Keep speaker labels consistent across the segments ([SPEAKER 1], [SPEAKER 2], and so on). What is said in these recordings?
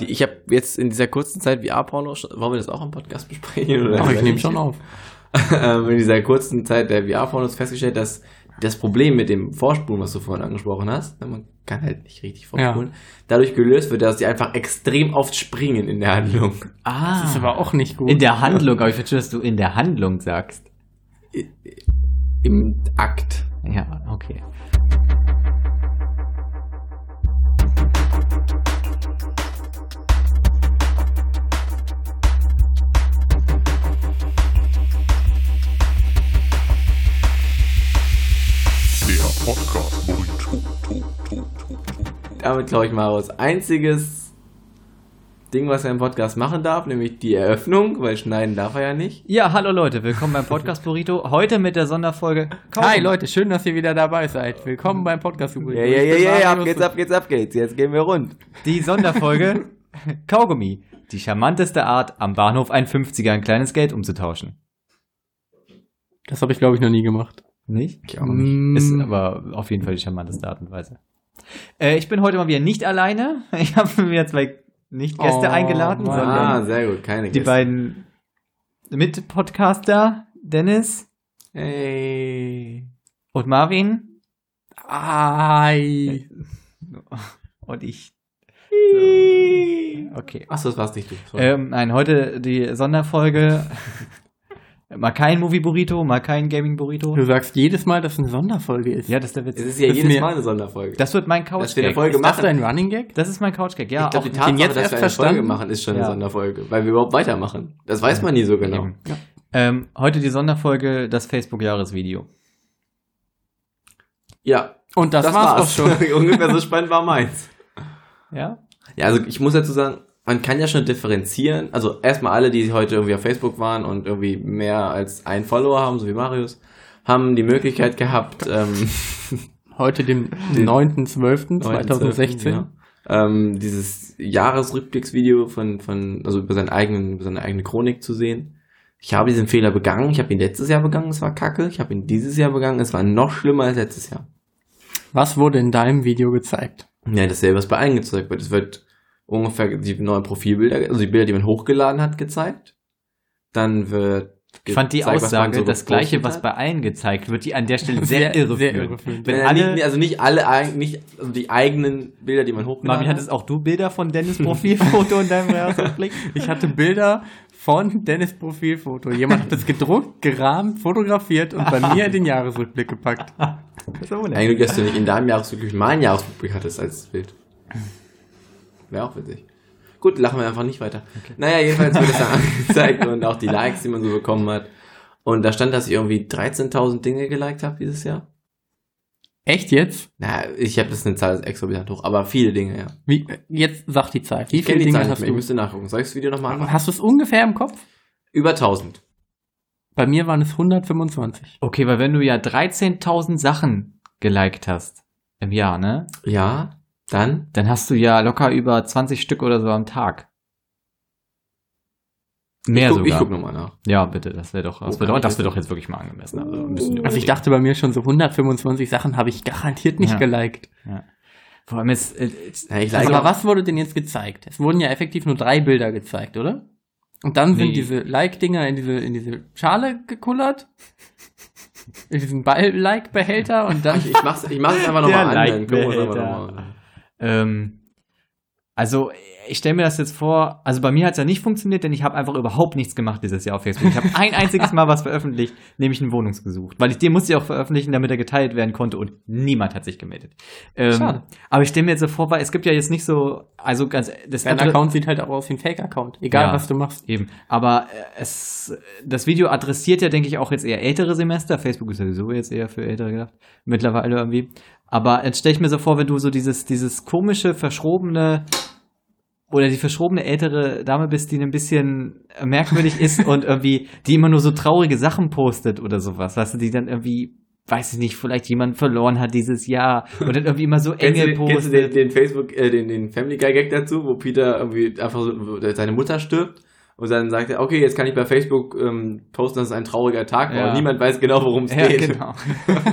[SPEAKER 1] Die, ich habe jetzt in dieser kurzen Zeit VR-Porno, wollen wir das auch im Podcast besprechen? Oder
[SPEAKER 2] Aber Oh, ich nehme schon auf.
[SPEAKER 1] Ähm, in dieser kurzen Zeit der VR-Pornos festgestellt, dass das Problem mit dem Vorspulen, was du vorhin angesprochen hast, ne, man kann halt nicht richtig vorspulen, dadurch gelöst wird, dass die einfach extrem oft springen in der Handlung.
[SPEAKER 3] Ah.
[SPEAKER 2] Das ist aber auch nicht gut.
[SPEAKER 3] in der Handlung, aber ich verstehe, dass du in der Handlung sagst.
[SPEAKER 1] Im Akt.
[SPEAKER 3] Ja, okay.
[SPEAKER 4] Der Podcast Burrito.
[SPEAKER 1] Damit, glaube ich, mal das einziges Ding, was er im Podcast machen darf, nämlich die Eröffnung, weil schneiden darf er ja nicht.
[SPEAKER 3] Ja, hallo Leute, willkommen beim Podcast Burrito. Heute mit der Sonderfolge.
[SPEAKER 2] Hi Leute, schön, dass ihr wieder dabei seid. Willkommen beim Podcast.
[SPEAKER 1] Ja, ja, ja, ja, ja, ab geht's, ab geht's, ab geht's. Jetzt gehen wir rund.
[SPEAKER 3] Die Sonderfolge Kaugummi. Die charmanteste Art, am Bahnhof ein 50er in kleines Geld umzutauschen.
[SPEAKER 2] Das habe ich, glaube ich, noch nie gemacht.
[SPEAKER 3] Nicht?
[SPEAKER 1] Ich
[SPEAKER 3] Ist
[SPEAKER 2] Mm,
[SPEAKER 3] aber auf jeden Fall die charmanteste Art und Weise. Äh, ich bin heute mal wieder nicht alleine. Ich habe mir zwei Nicht-Gäste
[SPEAKER 2] Oh,
[SPEAKER 3] eingeladen,
[SPEAKER 2] Mann.
[SPEAKER 3] sondern
[SPEAKER 1] Ah, sehr gut, keine
[SPEAKER 3] die
[SPEAKER 1] Gäste.
[SPEAKER 3] beiden Mit-Podcaster, Dennis
[SPEAKER 1] Hey.
[SPEAKER 3] und Marvin
[SPEAKER 2] Ei.
[SPEAKER 3] und ich. Okay.
[SPEAKER 1] Achso, das war's nicht du. Sorry.
[SPEAKER 3] Ähm, nein, heute die Sonderfolge. mal kein Movie-Burrito, mal kein Gaming-Burrito.
[SPEAKER 2] Du sagst jedes Mal, dass es eine Sonderfolge ist.
[SPEAKER 3] Ja, das ist der
[SPEAKER 1] es
[SPEAKER 3] Witz.
[SPEAKER 1] ist ja
[SPEAKER 2] das
[SPEAKER 1] jedes
[SPEAKER 2] mir-
[SPEAKER 1] Mal eine Sonderfolge.
[SPEAKER 3] Das wird mein
[SPEAKER 1] Dass wir eine
[SPEAKER 3] Couch-Gag.
[SPEAKER 1] Folge
[SPEAKER 2] ist das
[SPEAKER 1] machen.
[SPEAKER 2] dein Running Gag?
[SPEAKER 3] Das ist mein Couch-Gag, ja.
[SPEAKER 1] ich glaube, die
[SPEAKER 3] auch-
[SPEAKER 1] Tatsache,
[SPEAKER 2] den jetzt
[SPEAKER 1] dass
[SPEAKER 2] erst
[SPEAKER 1] wir eine Folge
[SPEAKER 2] verstanden.
[SPEAKER 1] machen, ist schon
[SPEAKER 3] Ja.
[SPEAKER 1] eine Sonderfolge, weil wir überhaupt weitermachen. Das weiß man nie so genau.
[SPEAKER 3] Eben. Ähm, heute die Sonderfolge, das Facebook-Jahresvideo.
[SPEAKER 1] Ja,
[SPEAKER 2] Und das,
[SPEAKER 1] das,
[SPEAKER 2] war's,
[SPEAKER 1] war's.
[SPEAKER 2] doch schon.
[SPEAKER 1] Ungefähr so spannend war meins.
[SPEAKER 3] Ja?
[SPEAKER 1] Ja, also ich muss dazu sagen, man kann ja schon differenzieren. Also erstmal alle, die heute irgendwie auf Facebook waren und irgendwie mehr als ein Follower haben, so wie Marius, haben die Möglichkeit gehabt, ähm,
[SPEAKER 2] Heute, dem 9.12.2016.
[SPEAKER 1] Ja. Ähm, dieses Jahresrückblicksvideo von, von, also über seinen eigenen, über seine eigene Chronik zu sehen. Ich habe diesen Fehler begangen, ich habe ihn letztes Jahr begangen, es war kacke, ich habe ihn dieses Jahr begangen, es war noch schlimmer als letztes Jahr.
[SPEAKER 2] Was wurde in deinem Video gezeigt?
[SPEAKER 1] Ja, dasselbe, was bei allen gezeigt wird. Es wird ungefähr die neuen Profilbilder, also die Bilder, die man hochgeladen hat, gezeigt. Dann wird
[SPEAKER 3] Ich fand die
[SPEAKER 1] gezeigt, was man
[SPEAKER 3] Aussage
[SPEAKER 1] so
[SPEAKER 3] das gleiche,
[SPEAKER 1] gepostet
[SPEAKER 3] was
[SPEAKER 1] hat.
[SPEAKER 3] bei allen gezeigt wird, die an der Stelle sehr, irreführend.
[SPEAKER 2] irreführend.
[SPEAKER 3] Wenn
[SPEAKER 1] Wenn
[SPEAKER 3] alle-
[SPEAKER 1] nicht, also nicht alle, eig- nicht, also die eigenen Bilder, die man hochgeladen
[SPEAKER 3] Marvin, hattest auch du Bilder von Dennis Profilfoto in deinem Jahresrückblick?
[SPEAKER 2] Ich hatte Bilder von Dennis Profilfoto. Jemand hat es gedruckt, gerahmt, fotografiert und bei mir in den Jahresrückblick gepackt.
[SPEAKER 3] So, ne?
[SPEAKER 1] Eigentlich, dass du nicht in deinem Jahresrückblick mein Jahresrückblick hattest als Bild. Wäre auch witzig. Gut, lachen wir einfach nicht weiter. Naja, jedenfalls wird es da angezeigt und auch die Likes, die man so bekommen hat. Und da stand, dass ich irgendwie 13.000 Dinge geliked habe dieses Jahr.
[SPEAKER 2] Echt jetzt?
[SPEAKER 1] Na, ich habe das eine Zahl exorbitant hoch, aber viele Dinge, ja.
[SPEAKER 2] Wie, jetzt sag die Zahl. Wie
[SPEAKER 1] Ich kenne
[SPEAKER 2] viele
[SPEAKER 1] die Zahl
[SPEAKER 2] Dinge
[SPEAKER 1] nicht
[SPEAKER 2] hast
[SPEAKER 1] mehr, ich
[SPEAKER 2] du?
[SPEAKER 1] müsste nachgucken. Soll ich das Video nochmal anmachen?
[SPEAKER 2] Hast du es ungefähr im Kopf?
[SPEAKER 1] Über 1000.
[SPEAKER 2] Bei mir waren es 125.
[SPEAKER 3] Okay, weil wenn du ja 13.000 Sachen geliked hast im Jahr, ne?
[SPEAKER 1] Ja, dann?
[SPEAKER 3] Dann hast du ja locker über 20 Stück oder so am Tag. Mehr
[SPEAKER 1] Ich guck, ich
[SPEAKER 3] sogar.
[SPEAKER 1] guck nochmal nach.
[SPEAKER 3] ja, bitte, das wäre doch, das
[SPEAKER 1] Wo kann
[SPEAKER 3] wäre doch,
[SPEAKER 1] ich
[SPEAKER 3] das wär
[SPEAKER 1] das-
[SPEAKER 3] doch jetzt wirklich mal angemessen. Also, ein
[SPEAKER 1] Oh.
[SPEAKER 3] bisschen
[SPEAKER 2] Also ich dachte bei mir schon so 125 Sachen habe ich garantiert nicht
[SPEAKER 3] Ja.
[SPEAKER 2] geliked.
[SPEAKER 3] Vor allem ist, äh, ist
[SPEAKER 1] Na, ich like
[SPEAKER 2] Aber
[SPEAKER 1] auch-
[SPEAKER 2] was wurde denn jetzt gezeigt? Es wurden ja effektiv nur drei Bilder gezeigt, oder? Und dann sind
[SPEAKER 3] Nee.
[SPEAKER 2] diese Like-Dinger in diese, in diese Schale gekullert. In diesen Ball-Like-Behälter und dann.
[SPEAKER 1] Ich mach's, ich mach's einfach
[SPEAKER 3] Der
[SPEAKER 1] nochmal an, dann
[SPEAKER 3] liked
[SPEAKER 1] gucken wir
[SPEAKER 3] mir,
[SPEAKER 1] uns einfach
[SPEAKER 3] Alter.
[SPEAKER 1] nochmal an.
[SPEAKER 3] Ähm, also ich stelle mir das jetzt vor, also bei mir hat es ja nicht funktioniert, denn ich habe einfach überhaupt nichts gemacht dieses Jahr auf Facebook. Ich habe ein einziges Mal was veröffentlicht, nämlich eine Wohnung gesucht, weil ich den musste ich auch veröffentlichen, damit er geteilt werden konnte und niemand hat sich gemeldet. Ähm,
[SPEAKER 2] Schade.
[SPEAKER 3] Aber ich stelle mir jetzt so vor, weil es gibt ja jetzt nicht so, also ganz das
[SPEAKER 2] Dein
[SPEAKER 3] andere-
[SPEAKER 2] Account sieht halt auch aus wie ein Fake-Account, egal
[SPEAKER 3] Ja.
[SPEAKER 2] was du machst.
[SPEAKER 3] Eben. Aber äh, es, das Video adressiert ja, denke ich, auch jetzt eher ältere Semester. Facebook ist ja sowieso jetzt eher für ältere gedacht. Mittlerweile irgendwie. Aber jetzt stelle ich mir so vor, wenn du so dieses, dieses komische, verschrobene oder die verschrobene ältere Dame bist, die ein bisschen merkwürdig ist und irgendwie, die immer nur so traurige Sachen postet oder sowas, weißt du, die dann irgendwie, weiß ich nicht, vielleicht jemand verloren hat dieses Jahr und dann irgendwie immer so
[SPEAKER 1] Kennst du
[SPEAKER 3] Engel
[SPEAKER 1] den, kennst du
[SPEAKER 3] postet.
[SPEAKER 1] den, den Facebook, äh, den, den Family Guy Gag dazu, wo Peter irgendwie einfach so, wo seine Mutter stirbt Und dann sagt er, okay, jetzt kann ich bei Facebook ähm, posten, dass es ein trauriger Tag war.
[SPEAKER 3] Ja.
[SPEAKER 1] Und niemand weiß genau, worum es
[SPEAKER 3] Ja,
[SPEAKER 1] geht.
[SPEAKER 3] genau.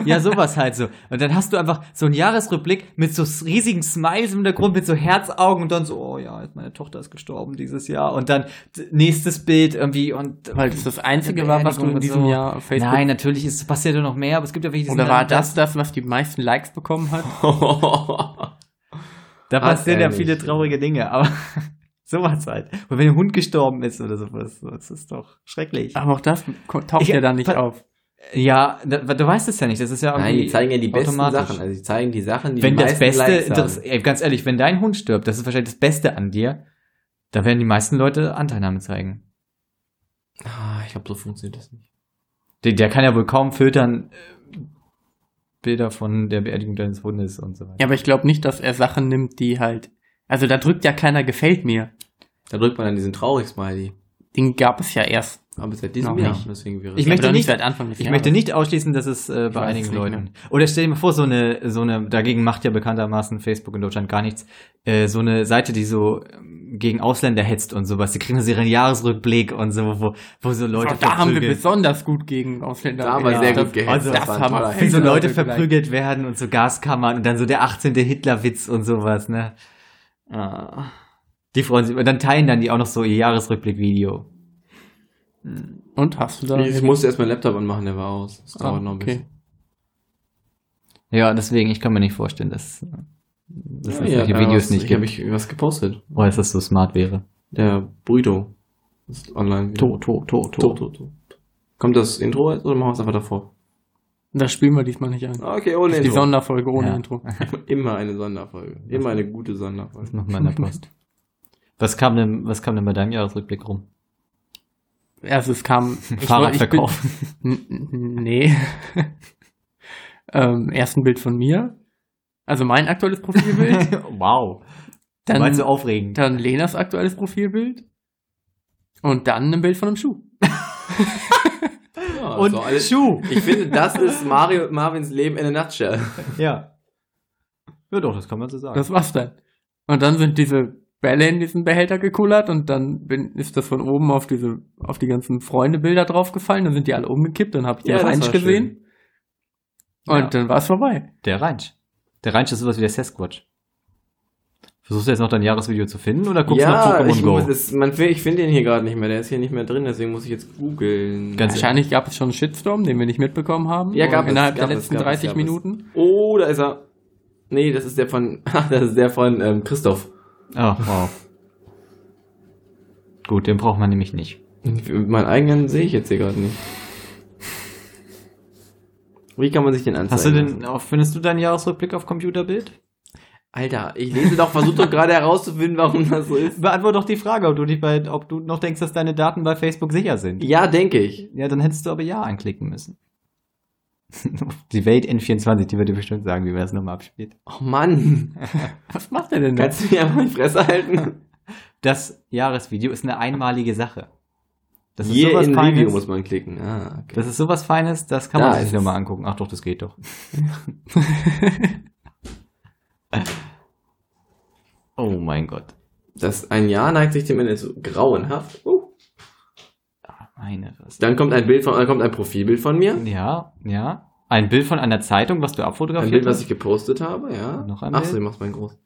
[SPEAKER 3] ja, sowas halt so. Und dann hast du einfach so einen Jahresrückblick mit so riesigen Smiles im Hintergrund, mit so Herzaugen und dann so, oh ja, jetzt meine Tochter ist gestorben dieses Jahr. Und dann d- nächstes Bild irgendwie und.
[SPEAKER 2] Weil es das Einzige war, was du in diesem
[SPEAKER 3] so.
[SPEAKER 2] Jahr auf Facebook...
[SPEAKER 3] Nein, natürlich ist, passiert ja noch mehr, aber es gibt ja welche, die sind
[SPEAKER 2] Oder
[SPEAKER 3] dann-
[SPEAKER 2] war das das, was die meisten Likes bekommen hat?
[SPEAKER 3] Da
[SPEAKER 1] Krass,
[SPEAKER 3] passieren ja
[SPEAKER 1] ehrlich,
[SPEAKER 3] viele
[SPEAKER 1] ja.
[SPEAKER 3] traurige Dinge, aber sowas halt. Und wenn ein Hund gestorben ist oder sowas, so, das ist doch schrecklich.
[SPEAKER 1] Ah.
[SPEAKER 2] Aber auch das ko- taucht
[SPEAKER 3] Ich-
[SPEAKER 2] ja da nicht
[SPEAKER 3] pa-
[SPEAKER 2] auf.
[SPEAKER 3] Ja, da, du weißt es ja nicht, das ist ja irgendwie
[SPEAKER 1] Nein, die zeigen ja die besten
[SPEAKER 3] automatisch.
[SPEAKER 1] Sachen. Also die zeigen die Sachen, die
[SPEAKER 3] wenn
[SPEAKER 1] die
[SPEAKER 3] das Beste,
[SPEAKER 1] Likes haben.
[SPEAKER 3] das, ey, ganz ehrlich, wenn dein Hund stirbt, das ist wahrscheinlich das Beste an dir, da werden die meisten Leute Anteilnahme zeigen.
[SPEAKER 1] Ah, ich glaube, so funktioniert das nicht.
[SPEAKER 3] Der, der kann ja wohl kaum filtern äh, Bilder von der Beerdigung deines Hundes und so weiter.
[SPEAKER 2] Ja, aber ich glaube nicht, dass er Sachen nimmt, die halt... Also da drückt ja keiner gefällt mir.
[SPEAKER 1] Da drückt man dann diesen traurig Smiley.
[SPEAKER 2] Den gab es ja erst.
[SPEAKER 1] Aber seit diesem
[SPEAKER 2] Noch
[SPEAKER 1] Jahr.
[SPEAKER 2] nicht.
[SPEAKER 1] Deswegen wäre
[SPEAKER 3] Ich
[SPEAKER 1] es-
[SPEAKER 3] möchte
[SPEAKER 2] Aber doch
[SPEAKER 3] nicht-
[SPEAKER 2] seit Anfang des
[SPEAKER 3] Ich
[SPEAKER 2] Jahres.
[SPEAKER 3] möchte nicht ausschließen, dass es äh, bei
[SPEAKER 2] weiß
[SPEAKER 3] einigen
[SPEAKER 2] es nicht,
[SPEAKER 3] Leuten.
[SPEAKER 2] ne?
[SPEAKER 3] Oder stell dir mal vor, so eine, so eine, dagegen macht ja bekanntermaßen Facebook in Deutschland gar nichts, äh, so eine Seite, die so ähm, gegen Ausländer hetzt und sowas. Die kriegen also ihren Jahresrückblick und so, wo, wo so Leute
[SPEAKER 2] Leute, da haben wir
[SPEAKER 3] verprügelt-
[SPEAKER 2] besonders gut gegen Ausländer.
[SPEAKER 1] Da haben wir
[SPEAKER 2] Ja.
[SPEAKER 1] sehr gut gehetzt.
[SPEAKER 3] Also,
[SPEAKER 2] das haben wir
[SPEAKER 1] toller
[SPEAKER 2] viel
[SPEAKER 1] Hit.
[SPEAKER 3] wie so
[SPEAKER 2] Leute
[SPEAKER 3] Leute
[SPEAKER 2] vielleicht.
[SPEAKER 3] verprügelt werden und so Gaskammern und dann so der 18. Hitlerwitz und sowas, ne? Ah. Die freuen sich. Und dann teilen dann die auch noch so ihr Jahresrückblick-Video.
[SPEAKER 2] Und hast du da...
[SPEAKER 1] Ich musste erst meinen Laptop anmachen, der war aus. Das
[SPEAKER 2] Ah,
[SPEAKER 1] dauert noch ein
[SPEAKER 2] okay.
[SPEAKER 1] bisschen.
[SPEAKER 3] Ja, deswegen, ich kann mir nicht vorstellen, dass, dass es
[SPEAKER 1] Ja,
[SPEAKER 3] solche
[SPEAKER 1] ja,
[SPEAKER 3] Videos
[SPEAKER 1] was,
[SPEAKER 3] nicht
[SPEAKER 1] Ich habe
[SPEAKER 3] gibt.
[SPEAKER 1] ich was gepostet.
[SPEAKER 3] Oh, dass das so smart wäre.
[SPEAKER 1] Der Burrito ist online.
[SPEAKER 2] To, to, to,
[SPEAKER 1] to,
[SPEAKER 2] to.
[SPEAKER 1] to, to. Kommt das Intro jetzt oder machen wir es einfach davor?
[SPEAKER 2] Das spielen wir diesmal nicht ein.
[SPEAKER 1] Ah, Okay, ohne
[SPEAKER 2] Das ist die
[SPEAKER 1] Intro.
[SPEAKER 2] Sonderfolge ohne
[SPEAKER 3] Ja.
[SPEAKER 2] Intro.
[SPEAKER 1] Immer eine Sonderfolge. Immer eine gute Sonderfolge.
[SPEAKER 3] Das machen wir in der Post. was, kam denn, was kam denn bei deinem Jahresrückblick rum?
[SPEAKER 2] Also es kam... ich wollte- ich bin-
[SPEAKER 3] Fahrradverkauf.
[SPEAKER 2] N- n- Nee. ähm, erst ein Bild von mir. Also mein aktuelles Profilbild.
[SPEAKER 3] wow.
[SPEAKER 2] Dann,
[SPEAKER 3] Meinst du aufregend?
[SPEAKER 2] dann Lenas aktuelles Profilbild. Und dann ein Bild von einem Schuh.
[SPEAKER 1] Ja,
[SPEAKER 3] Und
[SPEAKER 1] so Also alles-
[SPEAKER 3] Schuh.
[SPEAKER 1] Ich finde, das ist Mario, Marvins Leben in a nutshell.
[SPEAKER 3] Ja. Ja doch, das kann man so sagen.
[SPEAKER 2] Das war's dann. Und dann sind diese Bälle in diesen Behälter gekullert und dann bin, ist das von oben auf diese, auf die ganzen Freundebilder draufgefallen, dann sind die alle umgekippt, dann habe ich die
[SPEAKER 1] Ja,
[SPEAKER 2] auf
[SPEAKER 1] das
[SPEAKER 2] eins
[SPEAKER 1] war
[SPEAKER 2] gesehen. Und
[SPEAKER 3] Ja.
[SPEAKER 2] dann war's vorbei.
[SPEAKER 3] der Reinsch. Der Reinsch ist sowas wie der Sasquatch. Versuchst du jetzt noch dein Jahresvideo zu finden oder guckst du nach
[SPEAKER 1] ja,
[SPEAKER 3] Pokémon
[SPEAKER 1] ich, muss,
[SPEAKER 3] Go?
[SPEAKER 1] es, man, ich finde den hier gerade nicht mehr. Der ist hier nicht mehr drin, deswegen muss ich jetzt googeln.
[SPEAKER 3] Ganz-
[SPEAKER 2] Wahrscheinlich gab es schon einen Shitstorm, den wir nicht mitbekommen haben.
[SPEAKER 1] Ja, gab es,
[SPEAKER 2] Innerhalb
[SPEAKER 1] gab
[SPEAKER 2] der
[SPEAKER 1] es,
[SPEAKER 2] letzten
[SPEAKER 1] gab es,
[SPEAKER 2] 30
[SPEAKER 1] gab es.
[SPEAKER 2] Minuten.
[SPEAKER 1] oh, da ist er. Nee, das ist der von, das ist der von ähm, Christoph.
[SPEAKER 3] Ah, wow. Gut, den braucht man nämlich nicht.
[SPEAKER 1] Meinen eigenen sehe ich jetzt hier gerade nicht. Wie kann man sich den anzeigen?
[SPEAKER 3] Hast du
[SPEAKER 1] lassen?
[SPEAKER 3] denn, auch- findest du deinen Jahresrückblick auf Computerbild?
[SPEAKER 1] Alter, ich lese doch, versuche doch gerade herauszufinden, warum das so ist.
[SPEAKER 3] Beantworte doch die Frage, ob du, dich bei, ob du noch denkst, dass deine Daten bei Facebook sicher sind.
[SPEAKER 1] Ja, denke ich.
[SPEAKER 3] Ja, dann hättest du aber Ja anklicken müssen. die Welt N24, die wird dir bestimmt sagen, wie wir das nochmal abspielt.
[SPEAKER 1] Oh Mann.
[SPEAKER 2] Was macht er denn da?
[SPEAKER 1] Kannst du mir einfach die Fresse halten?
[SPEAKER 3] Das Jahresvideo ist eine einmalige Sache. Das ist,
[SPEAKER 1] Hier
[SPEAKER 3] sowas
[SPEAKER 1] in
[SPEAKER 3] Feines,
[SPEAKER 1] Review muss man klicken. Ah, okay.
[SPEAKER 3] das ist sowas Feines, das kann
[SPEAKER 1] Da
[SPEAKER 3] man sich
[SPEAKER 1] ist
[SPEAKER 3] nur
[SPEAKER 1] es.
[SPEAKER 3] mal angucken. Ach doch, das geht doch. oh mein Gott.
[SPEAKER 1] Das ein Jahr neigt sich dem Ende zu. Grauenhaft. Uh.
[SPEAKER 3] Ah, Meine was.
[SPEAKER 1] Dann kommt ein Bild von, dann kommt ein Profilbild von mir.
[SPEAKER 3] Ja, ja. Ein Bild von einer Zeitung, was du
[SPEAKER 1] Ein
[SPEAKER 3] abfotografiert
[SPEAKER 1] Bild, was
[SPEAKER 3] hast?
[SPEAKER 1] ich gepostet habe, ja.
[SPEAKER 3] Noch ein
[SPEAKER 1] Achso,
[SPEAKER 3] Bild.
[SPEAKER 1] ich mach's mal groß.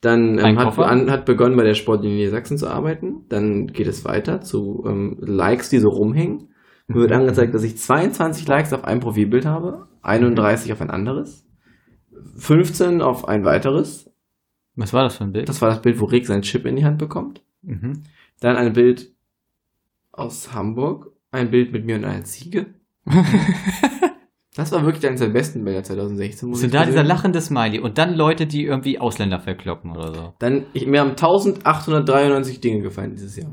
[SPEAKER 1] Dann ähm,
[SPEAKER 3] Ein
[SPEAKER 1] hat,
[SPEAKER 3] Koffer?
[SPEAKER 1] an, hat begonnen, bei der Sportlinie Niedersachsen zu arbeiten. Dann geht es weiter zu ähm, Likes, die so rumhängen. Mir wird angezeigt, dass ich 22 Likes auf ein Profilbild habe, 31 auf ein anderes, 15 auf ein weiteres.
[SPEAKER 3] Was war das für ein Bild?
[SPEAKER 1] Das war das Bild, wo Rick seinen Chip in die Hand bekommt.
[SPEAKER 3] mhm.
[SPEAKER 1] Dann ein Bild aus Hamburg, ein Bild mit mir und einer Ziege. Das war wirklich eines der besten Bilder 2016. muss
[SPEAKER 3] Sind
[SPEAKER 1] ich
[SPEAKER 3] da dieser
[SPEAKER 1] persönlich-
[SPEAKER 3] lachende Smiley und dann Leute, die irgendwie Ausländer verkloppen oder so.
[SPEAKER 1] Dann, ich, mir haben 1893 Dinge gefallen dieses Jahr.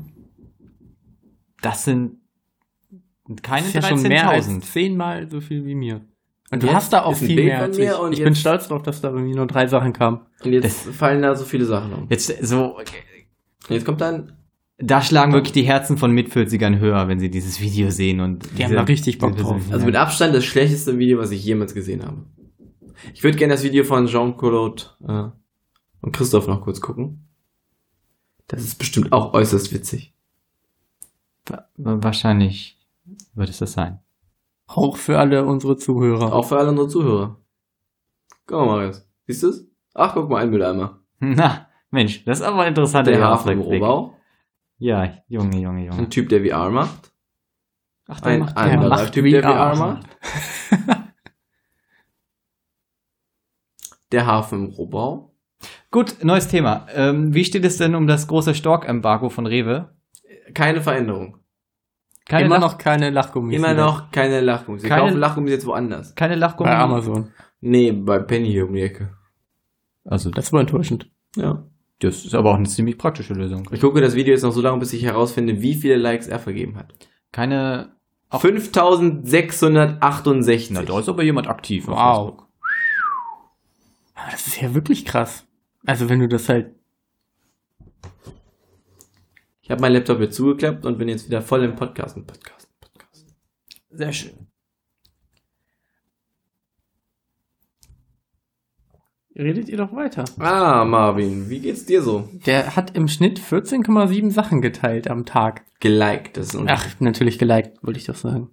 [SPEAKER 3] Das sind keine
[SPEAKER 2] Das ist ja schon mehr als
[SPEAKER 3] 13.000.
[SPEAKER 2] zehnmal so viel wie mir. Und du
[SPEAKER 1] Jetzt
[SPEAKER 2] hast da auch
[SPEAKER 1] ist ein
[SPEAKER 2] viel
[SPEAKER 1] Bild
[SPEAKER 2] mehr
[SPEAKER 1] von
[SPEAKER 2] als
[SPEAKER 1] mir
[SPEAKER 2] ich.
[SPEAKER 1] und
[SPEAKER 2] Ich bin
[SPEAKER 1] jetzt-
[SPEAKER 2] stolz drauf, dass da bei mir nur drei Sachen kamen.
[SPEAKER 1] Und jetzt fallen da so viele Sachen um.
[SPEAKER 3] Jetzt so,
[SPEAKER 1] Jetzt kommt dann,
[SPEAKER 3] da schlagen wirklich die Herzen von Mitvierzigern höher, wenn sie dieses Video sehen und
[SPEAKER 2] Die haben da richtig Bock drauf.
[SPEAKER 1] also mit Abstand das schlechteste Video, was ich jemals gesehen habe. Ich würde gerne das Video von Jean-Claude äh, und Christoph noch kurz gucken. Das ist bestimmt auch äußerst witzig.
[SPEAKER 3] Wahrscheinlich wird es das sein.
[SPEAKER 2] Auch für alle unsere Zuhörer.
[SPEAKER 1] Auch für alle unsere Zuhörer. Guck mal, Marius. Siehst du's? Ach, guck mal, ein Mülleimer.
[SPEAKER 3] Na, Mensch, das ist aber ein interessanter
[SPEAKER 1] Der Herr vom
[SPEAKER 3] Erfahrungsrückblick.
[SPEAKER 1] Rohbau.
[SPEAKER 3] Ja, Junge, Junge, Junge.
[SPEAKER 1] Ein Typ, der VR macht.
[SPEAKER 3] Ach,
[SPEAKER 1] ein anderer Typ, der VR macht. Der Hafen im Rohbau.
[SPEAKER 3] Gut, neues Thema. Ähm, wie steht es denn um das große Stork-Embargo von Rewe?
[SPEAKER 1] Keine Veränderung.
[SPEAKER 3] Keine,
[SPEAKER 2] immer
[SPEAKER 3] Lach
[SPEAKER 2] noch keine Lachgummis.
[SPEAKER 1] Immer
[SPEAKER 2] mehr.
[SPEAKER 1] noch keine Lachgummis. Wir
[SPEAKER 3] Keine-
[SPEAKER 1] kaufen Lachgummis jetzt woanders.
[SPEAKER 3] keine Lachgummi.
[SPEAKER 2] Bei Amazon.
[SPEAKER 1] Nee, bei Penny hier um die Ecke.
[SPEAKER 3] Also, das,
[SPEAKER 2] Das war enttäuschend.
[SPEAKER 1] Ja.
[SPEAKER 3] das ist aber auch eine ziemlich praktische Lösung.
[SPEAKER 1] Ich gucke das Video jetzt noch so lange, bis ich herausfinde, wie viele Likes er vergeben hat.
[SPEAKER 3] Keine. Auch-
[SPEAKER 1] 5668.
[SPEAKER 3] ist aber jemand aktiv. auf Facebook.
[SPEAKER 2] Wow. Aber Ah, das ist ja wirklich krass. Also wenn du das halt.
[SPEAKER 1] Ich habe meinen Laptop jetzt zugeklappt und bin jetzt wieder voll im Podcast. Im Podcast, im Podcast.
[SPEAKER 3] Sehr schön.
[SPEAKER 2] Redet ihr doch weiter.
[SPEAKER 1] Ah, Marvin, wie geht's dir so?
[SPEAKER 2] Der hat im Schnitt 14,7 Sachen geteilt am Tag.
[SPEAKER 1] Geliked. Das ist ein
[SPEAKER 2] Ach, natürlich geliked, wollte ich doch sagen.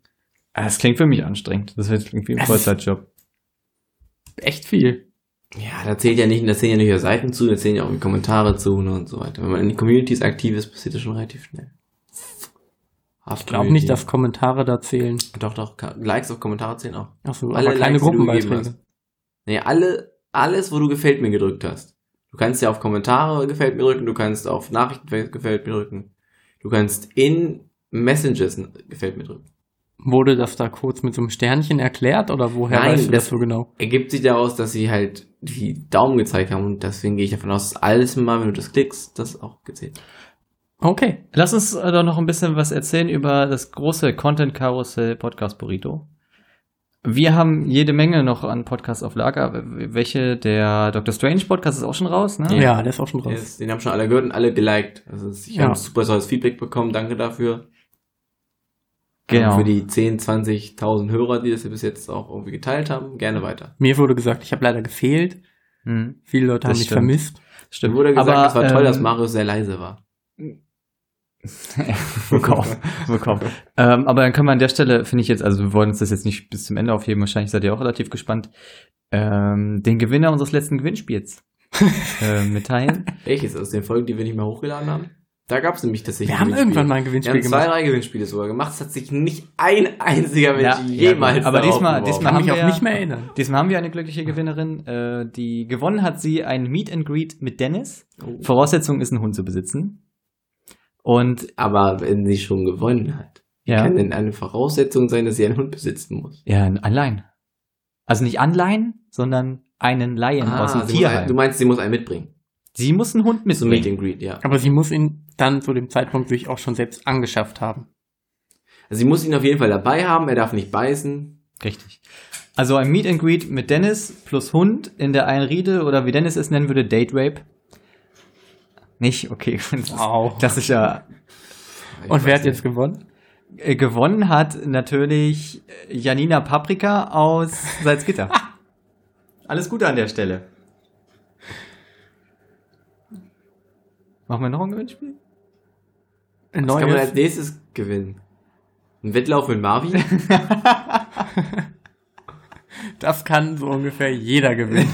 [SPEAKER 3] Ah, Das klingt für mich anstrengend. Das ist irgendwie ein
[SPEAKER 2] Es-
[SPEAKER 3] Vollzeitjob.
[SPEAKER 2] Echt viel.
[SPEAKER 1] Ja, da zählt ja nicht, da zählen ja nicht nur Seiten zu, da zählen ja auch die Kommentare zu ne, und so weiter. Wenn man in den Communities aktiv ist, passiert das schon relativ schnell.
[SPEAKER 2] Ich glaube nicht, dass Kommentare da zählen.
[SPEAKER 1] Doch, doch, Ka- Likes auf Kommentare zählen auch.
[SPEAKER 2] Achso,
[SPEAKER 1] Alle
[SPEAKER 2] aber kleine
[SPEAKER 1] Likes, die du gegeben
[SPEAKER 2] Gruppenbeiträge.
[SPEAKER 1] Nee, alle, alles, wo du gefällt mir gedrückt hast. Du kannst ja auf Kommentare gefällt mir drücken, du kannst auf Nachrichten gefällt mir drücken. Du kannst in Messages gefällt mir drücken.
[SPEAKER 2] Wurde das da kurz mit so einem Sternchen erklärt oder woher
[SPEAKER 1] Nein,
[SPEAKER 2] weißt du das
[SPEAKER 1] das-
[SPEAKER 2] so genau?
[SPEAKER 1] Ergibt sich daraus, dass sie halt die Daumen gezeigt haben und deswegen gehe ich davon aus, dass alles mal, wenn du das klickst, das auch gezählt. wird.
[SPEAKER 2] Okay.
[SPEAKER 3] Lass uns äh, doch noch ein bisschen was erzählen über das große Content Karussell Podcast Burrito. Wir haben jede Menge noch an Podcasts auf Lager. W- Welche? Der Dr. Strange Podcast ist auch schon raus, ne?
[SPEAKER 2] Ja, der ist auch schon raus.
[SPEAKER 1] Yes, den haben schon alle gehört und alle geliked. Also es- ich
[SPEAKER 2] Ja.
[SPEAKER 1] habe super tolles Feedback bekommen, danke dafür.
[SPEAKER 3] Genau.
[SPEAKER 1] Und für die 10, 20.000 Hörer, die das bis jetzt auch irgendwie geteilt haben, gerne weiter.
[SPEAKER 2] Mir wurde gesagt, ich habe leider gefehlt.
[SPEAKER 3] Hm,
[SPEAKER 2] Viele Leute
[SPEAKER 3] Das
[SPEAKER 2] haben mich
[SPEAKER 3] stimmt.
[SPEAKER 2] vermisst.
[SPEAKER 1] Mir
[SPEAKER 3] stimmt.
[SPEAKER 1] wurde gesagt,
[SPEAKER 3] Aber,
[SPEAKER 1] es war toll, dass
[SPEAKER 3] ähm,
[SPEAKER 1] Marius sehr leise war.
[SPEAKER 3] Willkommen. Willkommen. ähm, aber dann können wir an der Stelle, finde ich jetzt, also wir wollen uns das jetzt nicht bis zum Ende aufheben, wahrscheinlich seid ihr auch relativ gespannt, ähm, den Gewinner unseres letzten Gewinnspiels äh, mitteilen.
[SPEAKER 1] Welches aus den Folgen, die wir nicht mehr hochgeladen haben? Da gab es nämlich tatsächlich
[SPEAKER 2] Wir haben irgendwann mal ein
[SPEAKER 1] Wir
[SPEAKER 2] Gewinnspiel
[SPEAKER 1] haben zwei,
[SPEAKER 2] gemacht.
[SPEAKER 1] drei Gewinnspiele sogar gemacht. Es hat sich nicht ein einziger Mensch
[SPEAKER 3] Ja, ja,
[SPEAKER 1] jemals
[SPEAKER 3] gut. Aber
[SPEAKER 1] darauf
[SPEAKER 3] diesmal-
[SPEAKER 1] beworben.
[SPEAKER 3] diesmal
[SPEAKER 2] Ich kann mich
[SPEAKER 3] haben wir-
[SPEAKER 2] auch nicht mehr erinnern.
[SPEAKER 3] Diesmal haben wir eine glückliche Gewinnerin, äh, die gewonnen hat sie ein Meet and Greet mit Dennis.
[SPEAKER 1] Oh.
[SPEAKER 3] Voraussetzung ist, einen Hund zu besitzen. Und
[SPEAKER 1] Aber wenn sie schon gewonnen hat,
[SPEAKER 3] ja,
[SPEAKER 1] kann denn eine Voraussetzung sein, dass sie einen Hund besitzen muss?
[SPEAKER 3] ja, allein. Also nicht anleihen, sondern einen Laien aus dem
[SPEAKER 1] Ah, sie muss ein,
[SPEAKER 3] Tierheim.
[SPEAKER 1] du meinst, sie muss einen mitbringen.
[SPEAKER 3] sie muss einen Hund
[SPEAKER 1] Zum Meet
[SPEAKER 3] mitbringen.
[SPEAKER 1] and Greet, ja.
[SPEAKER 2] Aber sie muss ihn dann zu dem Zeitpunkt sich auch schon selbst angeschafft haben.
[SPEAKER 1] Also sie muss ihn auf jeden Fall dabei haben, er darf nicht beißen.
[SPEAKER 3] Richtig. Also ein Meet and Greet mit Dennis plus Hund in der einen Riede oder wie Dennis es nennen würde, Date Rape. Nicht? Okay. Das ist
[SPEAKER 2] Wow.
[SPEAKER 3] klassischer
[SPEAKER 1] Ich
[SPEAKER 2] Und wer
[SPEAKER 1] weiß
[SPEAKER 2] hat
[SPEAKER 1] nicht.
[SPEAKER 2] jetzt gewonnen?
[SPEAKER 3] Äh, gewonnen hat natürlich äh, Janina Paprika aus Salzgitter. Alles Gute an der Stelle. Machen wir noch ein Gewinnspiel?
[SPEAKER 2] Ein
[SPEAKER 1] Was kann man als
[SPEAKER 2] neues.
[SPEAKER 1] nächstes gewinnen? Ein Wettlauf mit Marvin?
[SPEAKER 2] Das kann so ungefähr jeder gewinnen.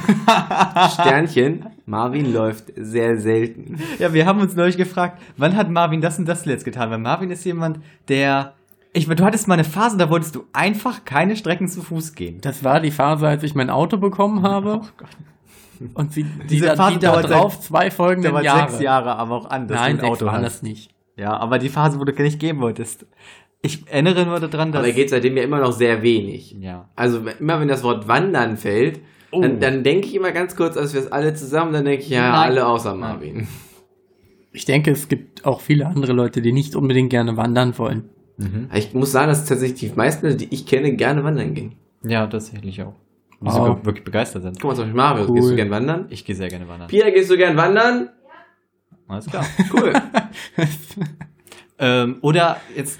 [SPEAKER 1] Sternchen. Marvin läuft sehr selten.
[SPEAKER 3] Ja, wir haben uns neulich gefragt, wann hat Marvin das und das zuletzt getan? Weil Marvin ist jemand, der. Ich, du hattest mal eine Phase, da wolltest du einfach keine Strecken zu Fuß gehen.
[SPEAKER 2] Das war die Phase, als ich mein Auto bekommen habe. Und sie, die
[SPEAKER 3] Oh Diese
[SPEAKER 2] da,
[SPEAKER 3] Phase
[SPEAKER 2] die da
[SPEAKER 3] dauert seit-
[SPEAKER 2] drauf zwei folgenden
[SPEAKER 3] Da waren
[SPEAKER 2] Jahre.
[SPEAKER 3] sechs Jahre aber auch an, dass
[SPEAKER 2] Nein,
[SPEAKER 3] du ein
[SPEAKER 2] sechs
[SPEAKER 3] Auto
[SPEAKER 2] waren
[SPEAKER 3] hast.
[SPEAKER 2] das nicht.
[SPEAKER 3] Ja, aber die Phase, wo du nicht geben wolltest. Ich erinnere nur daran, dass.
[SPEAKER 1] Aber er geht seitdem ja immer noch sehr wenig.
[SPEAKER 3] ja.
[SPEAKER 1] Also w- immer wenn das Wort wandern fällt,
[SPEAKER 2] Oh.
[SPEAKER 1] dann, dann denke ich immer ganz kurz, als wir es alle zusammen, dann denke ich, ja,
[SPEAKER 3] Nein.
[SPEAKER 1] alle außer Marvin.
[SPEAKER 2] Ich denke, es gibt auch viele andere Leute, die nicht unbedingt gerne wandern wollen.
[SPEAKER 3] Mhm.
[SPEAKER 1] Ich muss sagen, dass tatsächlich die meisten Leute, die ich kenne, gerne wandern gehen.
[SPEAKER 3] Ja, tatsächlich auch. Die
[SPEAKER 2] Wow.
[SPEAKER 3] sogar wirklich begeistert sind.
[SPEAKER 1] Guck mal, zum Beispiel Marius,
[SPEAKER 2] Cool.
[SPEAKER 1] gehst du gern wandern?
[SPEAKER 3] Ich gehe sehr gerne wandern.
[SPEAKER 1] Pia, gehst du gern wandern?
[SPEAKER 3] Alles klar.
[SPEAKER 1] Cool.
[SPEAKER 3] ähm, oder jetzt,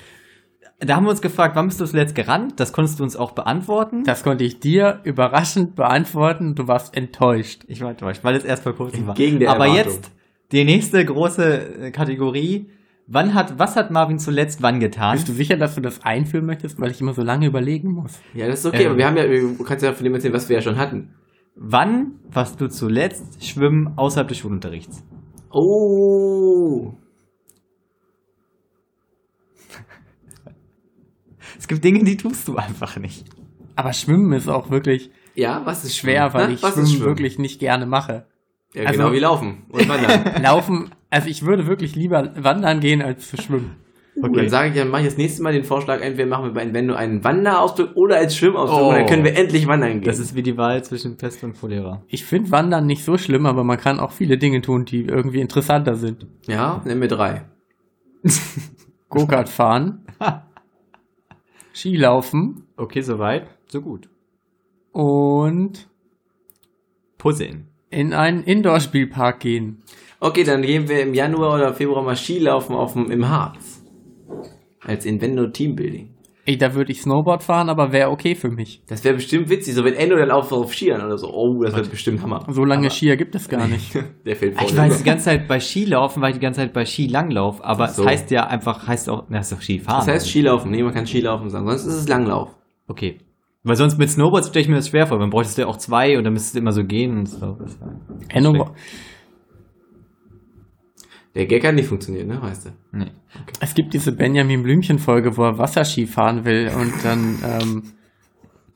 [SPEAKER 3] da haben wir uns gefragt, wann bist du zuletzt gerannt? Das konntest du uns auch beantworten.
[SPEAKER 2] Das konnte ich dir überraschend beantworten. Du warst enttäuscht.
[SPEAKER 3] Ich war enttäuscht, weil es erst vor kurzem war.
[SPEAKER 1] Entgegen der
[SPEAKER 3] Aber
[SPEAKER 1] Erwartung.
[SPEAKER 3] jetzt die nächste große äh, Kategorie Wann hat, was hat Marvin zuletzt wann getan?
[SPEAKER 2] Bist du sicher, dass du das einführen möchtest, weil ich immer so lange überlegen muss?
[SPEAKER 1] Ja, das ist okay,
[SPEAKER 3] Ähm.
[SPEAKER 1] aber wir haben ja, du kannst ja von dem erzählen, was wir ja schon hatten.
[SPEAKER 3] Wann warst du zuletzt schwimmen außerhalb des Schulunterrichts?
[SPEAKER 1] Oh.
[SPEAKER 3] Es gibt Dinge, die tust du einfach nicht.
[SPEAKER 2] Aber Schwimmen ist auch wirklich
[SPEAKER 1] Ja, was ist
[SPEAKER 2] schwer,
[SPEAKER 1] Schwimmen?
[SPEAKER 2] weil
[SPEAKER 1] Na,
[SPEAKER 2] ich
[SPEAKER 1] Ne? was
[SPEAKER 2] Schwimmen,
[SPEAKER 1] ist Schwimmen?
[SPEAKER 2] wirklich nicht gerne mache.
[SPEAKER 1] Ja,
[SPEAKER 2] also-
[SPEAKER 1] genau wie Laufen und Wandern.
[SPEAKER 2] Laufen, also ich würde wirklich lieber wandern gehen als zu schwimmen.
[SPEAKER 1] okay. Dann sage ich, dann mache ich das nächste Mal den Vorschlag, entweder machen wir bei wenn du einen Wanderausflug oder als Schwimmausflug
[SPEAKER 3] Oh.
[SPEAKER 1] und dann können wir endlich wandern gehen.
[SPEAKER 3] Das ist wie die Wahl zwischen Pest und Cholera.
[SPEAKER 2] Ich finde Wandern nicht so schlimm, aber man kann auch viele Dinge tun, die irgendwie interessanter sind.
[SPEAKER 1] ja, nennen wir drei.
[SPEAKER 2] Go-Kart fahren, Skilaufen
[SPEAKER 3] Okay, soweit, so gut.
[SPEAKER 2] und
[SPEAKER 3] Puzzeln.
[SPEAKER 2] in einen Indoor-Spielpark gehen.
[SPEAKER 1] Okay, dann gehen wir im Januar oder Februar mal Skilaufen auf dem, im Harz. Als Invendo Teambuilding.
[SPEAKER 2] Ey, da würde ich Snowboard fahren, aber wäre okay für mich.
[SPEAKER 1] Das wäre bestimmt witzig, so wenn Endo dann auch so auf Skiern oder so. Oh, das wird bestimmt Hammer.
[SPEAKER 2] So lange Skier gibt es gar nicht.
[SPEAKER 1] Der fällt voll
[SPEAKER 3] Ah, Ich war jetzt die
[SPEAKER 1] über.
[SPEAKER 3] ganze Zeit bei Skilaufen, war ich die ganze Zeit bei Skilanglauf, aber
[SPEAKER 1] Ach so.
[SPEAKER 3] es heißt ja einfach, heißt auch, na, ist doch Skifahren.
[SPEAKER 1] Das heißt Skilaufen. Nee, man kann Skilaufen sagen. Sonst ist es Langlauf.
[SPEAKER 3] okay. Weil sonst mit Snowboards stelle ich mir das schwer vor, dann bräuchtest du ja auch zwei und dann müsstest du immer so gehen und so.
[SPEAKER 2] Enno,
[SPEAKER 1] Der Gag hat nicht funktioniert, ne? Weißt du?
[SPEAKER 3] Nee.
[SPEAKER 2] es gibt diese Benjamin Blümchen-Folge, wo er Wasserski fahren will und dann, ähm,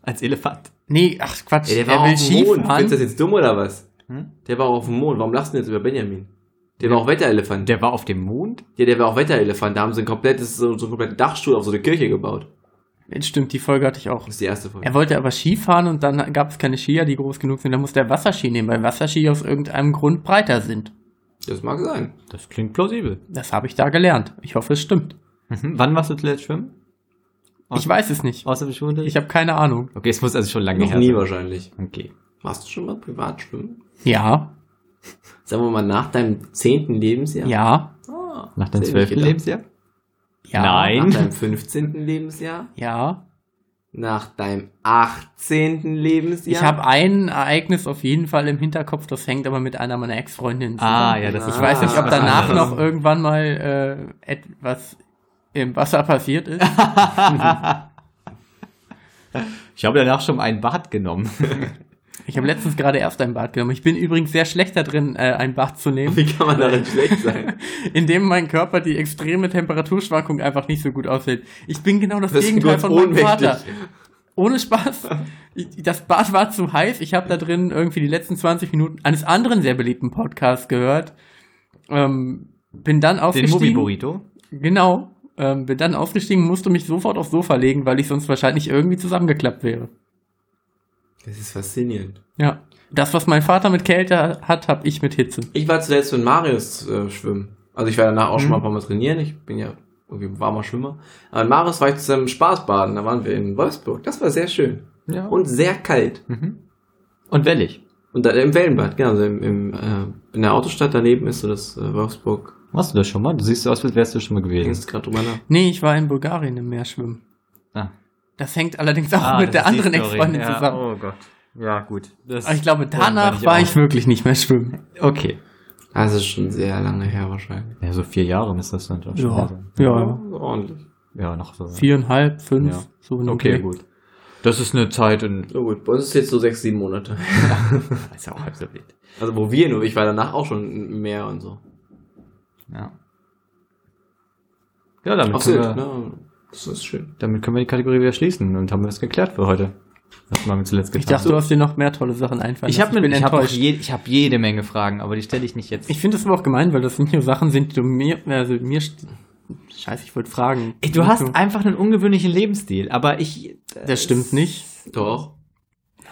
[SPEAKER 3] Als Elefant.
[SPEAKER 2] nee, ach Quatsch,
[SPEAKER 1] Ey, der war
[SPEAKER 2] er
[SPEAKER 1] auch
[SPEAKER 2] will
[SPEAKER 1] auf dem Mond. Findest du das
[SPEAKER 2] Skifahren.
[SPEAKER 1] jetzt dumm oder was?
[SPEAKER 3] Hm?
[SPEAKER 1] Der war auch auf dem Mond. Warum lachst du denn jetzt über Benjamin? Der war auch Wetterelefant.
[SPEAKER 3] Der war auf dem Mond?
[SPEAKER 1] ja, der war auch Wetterelefant. Da haben sie ein komplettes, so, so einen kompletten Dachstuhl auf so eine Kirche gebaut.
[SPEAKER 2] Stimmt, die Folge hatte ich auch.
[SPEAKER 1] Das ist die erste Folge.
[SPEAKER 2] Er wollte aber Skifahren und dann gab es keine Skier, die groß genug sind. Dann musste er Wasserski nehmen, weil Wasserski aus irgendeinem Grund breiter sind.
[SPEAKER 1] Das mag sein.
[SPEAKER 3] Das klingt plausibel.
[SPEAKER 2] Das habe ich da gelernt. Ich hoffe, es stimmt.
[SPEAKER 3] Mhm. Wann warst du zuletzt schwimmen?
[SPEAKER 1] Ah.
[SPEAKER 2] Ich weiß es nicht.
[SPEAKER 3] Außer dem Schulunterricht?
[SPEAKER 2] Ich habe keine Ahnung.
[SPEAKER 3] okay, es muss also schon lange
[SPEAKER 1] Noch
[SPEAKER 3] her
[SPEAKER 1] nie
[SPEAKER 3] sein.
[SPEAKER 1] wahrscheinlich.
[SPEAKER 3] Okay.
[SPEAKER 1] Warst du schon mal privat schwimmen?
[SPEAKER 2] Ja,
[SPEAKER 1] Sagen wir mal nach deinem zehnten Lebensjahr?
[SPEAKER 2] ja,
[SPEAKER 1] Ah,
[SPEAKER 3] Nach deinem
[SPEAKER 1] das hätte ich
[SPEAKER 3] zwölften
[SPEAKER 1] nicht gedacht.
[SPEAKER 3] Lebensjahr?
[SPEAKER 2] ja.
[SPEAKER 3] Nein.
[SPEAKER 1] Nach deinem 15. Lebensjahr?
[SPEAKER 2] Ja.
[SPEAKER 1] Nach deinem 18. Lebensjahr?
[SPEAKER 2] Ich habe ein Ereignis auf jeden Fall im Hinterkopf, das hängt aber mit einer meiner Ex-Freundinnen
[SPEAKER 3] Ah,
[SPEAKER 2] zusammen.
[SPEAKER 3] ja, das ist
[SPEAKER 2] Ich weiß nicht, ob
[SPEAKER 1] Ah.
[SPEAKER 2] danach noch irgendwann mal äh, etwas im Wasser passiert ist.
[SPEAKER 3] Ich habe danach schon ein Bad genommen.
[SPEAKER 2] Ich habe letztens gerade erst ein Bad genommen. Ich bin übrigens sehr schlecht da drin, äh, ein Bad zu nehmen.
[SPEAKER 1] Wie kann man darin schlecht sein?
[SPEAKER 2] indem mein Körper die extreme Temperaturschwankung einfach nicht so gut aushält. Ich bin genau das,
[SPEAKER 1] Das ist
[SPEAKER 2] Gegenteil
[SPEAKER 1] gut
[SPEAKER 2] von meinem Vater.
[SPEAKER 1] ohnmächtig.
[SPEAKER 2] Ohne Spaß. Ich, das Bad war zu heiß. Ich habe da drin irgendwie die letzten 20 Minuten eines anderen sehr beliebten Podcasts gehört. Ähm, bin dann
[SPEAKER 3] Den
[SPEAKER 2] aufgestiegen.
[SPEAKER 3] Mubi-Burrito.
[SPEAKER 2] genau. Ähm, bin dann aufgestiegen, musste mich sofort aufs Sofa legen, weil ich sonst wahrscheinlich irgendwie zusammengeklappt wäre.
[SPEAKER 1] Das ist faszinierend.
[SPEAKER 2] Ja. Das, was mein Vater mit Kälte hat, habe ich mit Hitze.
[SPEAKER 1] Ich war zuletzt mit Marius äh, schwimmen. Also ich war danach auch schon
[SPEAKER 3] Mhm.
[SPEAKER 1] mal ein paar Mal trainieren. Ich bin ja irgendwie ein warmer Schwimmer. Aber mit Marius war ich zusammen Spaßbaden. Da waren wir in Wolfsburg. Das war sehr schön.
[SPEAKER 3] Ja.
[SPEAKER 1] Und sehr kalt.
[SPEAKER 3] Mhm. Und wellig.
[SPEAKER 1] Und da, im Wellenbad, genau. Also im, im, äh, in der Autostadt daneben ist so das äh, Wolfsburg.
[SPEAKER 3] Warst du das schon mal? Du siehst so aus, als wärst du schon mal
[SPEAKER 1] Ich
[SPEAKER 3] gewesen.
[SPEAKER 1] jetzt gerade drüber nach.
[SPEAKER 2] Nee, ich war in Bulgarien im Meerschwimmen.
[SPEAKER 3] Ah.
[SPEAKER 2] Das hängt allerdings auch
[SPEAKER 3] Ah,
[SPEAKER 2] mit
[SPEAKER 3] das
[SPEAKER 2] der
[SPEAKER 3] ist die
[SPEAKER 2] anderen
[SPEAKER 3] Story.
[SPEAKER 2] Ex-Freundin
[SPEAKER 3] ja,
[SPEAKER 2] zusammen.
[SPEAKER 3] Oh Gott. Ja, gut. Das
[SPEAKER 2] Aber ich glaube, danach
[SPEAKER 3] ich
[SPEAKER 2] war
[SPEAKER 3] auch.
[SPEAKER 2] ich wirklich nicht mehr schwimmen.
[SPEAKER 3] okay.
[SPEAKER 1] Das ist schon sehr lange her wahrscheinlich.
[SPEAKER 3] Ja, so vier Jahre ist das dann schon.
[SPEAKER 2] Ja, ja.
[SPEAKER 1] ordentlich.
[SPEAKER 3] Ja, noch so.
[SPEAKER 2] Viereinhalb, fünf,
[SPEAKER 3] Ja.
[SPEAKER 2] so in dem
[SPEAKER 3] Okay,
[SPEAKER 2] Dreh.
[SPEAKER 3] gut. Das ist eine Zeit in.
[SPEAKER 1] So gut, bei uns ist jetzt so sechs, sieben Monate.
[SPEAKER 3] Ist ja auch halb so wild.
[SPEAKER 1] Also wo wir nur, ich war danach auch schon im Meer und so.
[SPEAKER 3] Ja. Ja, damit
[SPEAKER 1] Auf
[SPEAKER 3] können,
[SPEAKER 1] Sylt,
[SPEAKER 3] wir,
[SPEAKER 1] ne? Das ist schön.
[SPEAKER 3] damit können wir die Kategorie wieder schließen und haben wir das geklärt für heute. Was haben wir zuletzt getan?
[SPEAKER 2] Ich dachte, du hast dir noch mehr tolle Sachen einfallen
[SPEAKER 3] ich
[SPEAKER 2] lassen.
[SPEAKER 3] habe
[SPEAKER 2] bin
[SPEAKER 3] ich hab auch
[SPEAKER 2] enttäuscht.
[SPEAKER 3] je, ich hab jede Menge Fragen, aber die stelle ich nicht jetzt.
[SPEAKER 2] ich finde es aber auch gemein, weil das nicht nur Sachen sind, die du mir, also mir, st- scheiße, ich wollte fragen.
[SPEAKER 3] Ey, du hast einfach einen ungewöhnlichen Lebensstil, aber ich.
[SPEAKER 2] Das stimmt nicht.
[SPEAKER 1] Doch.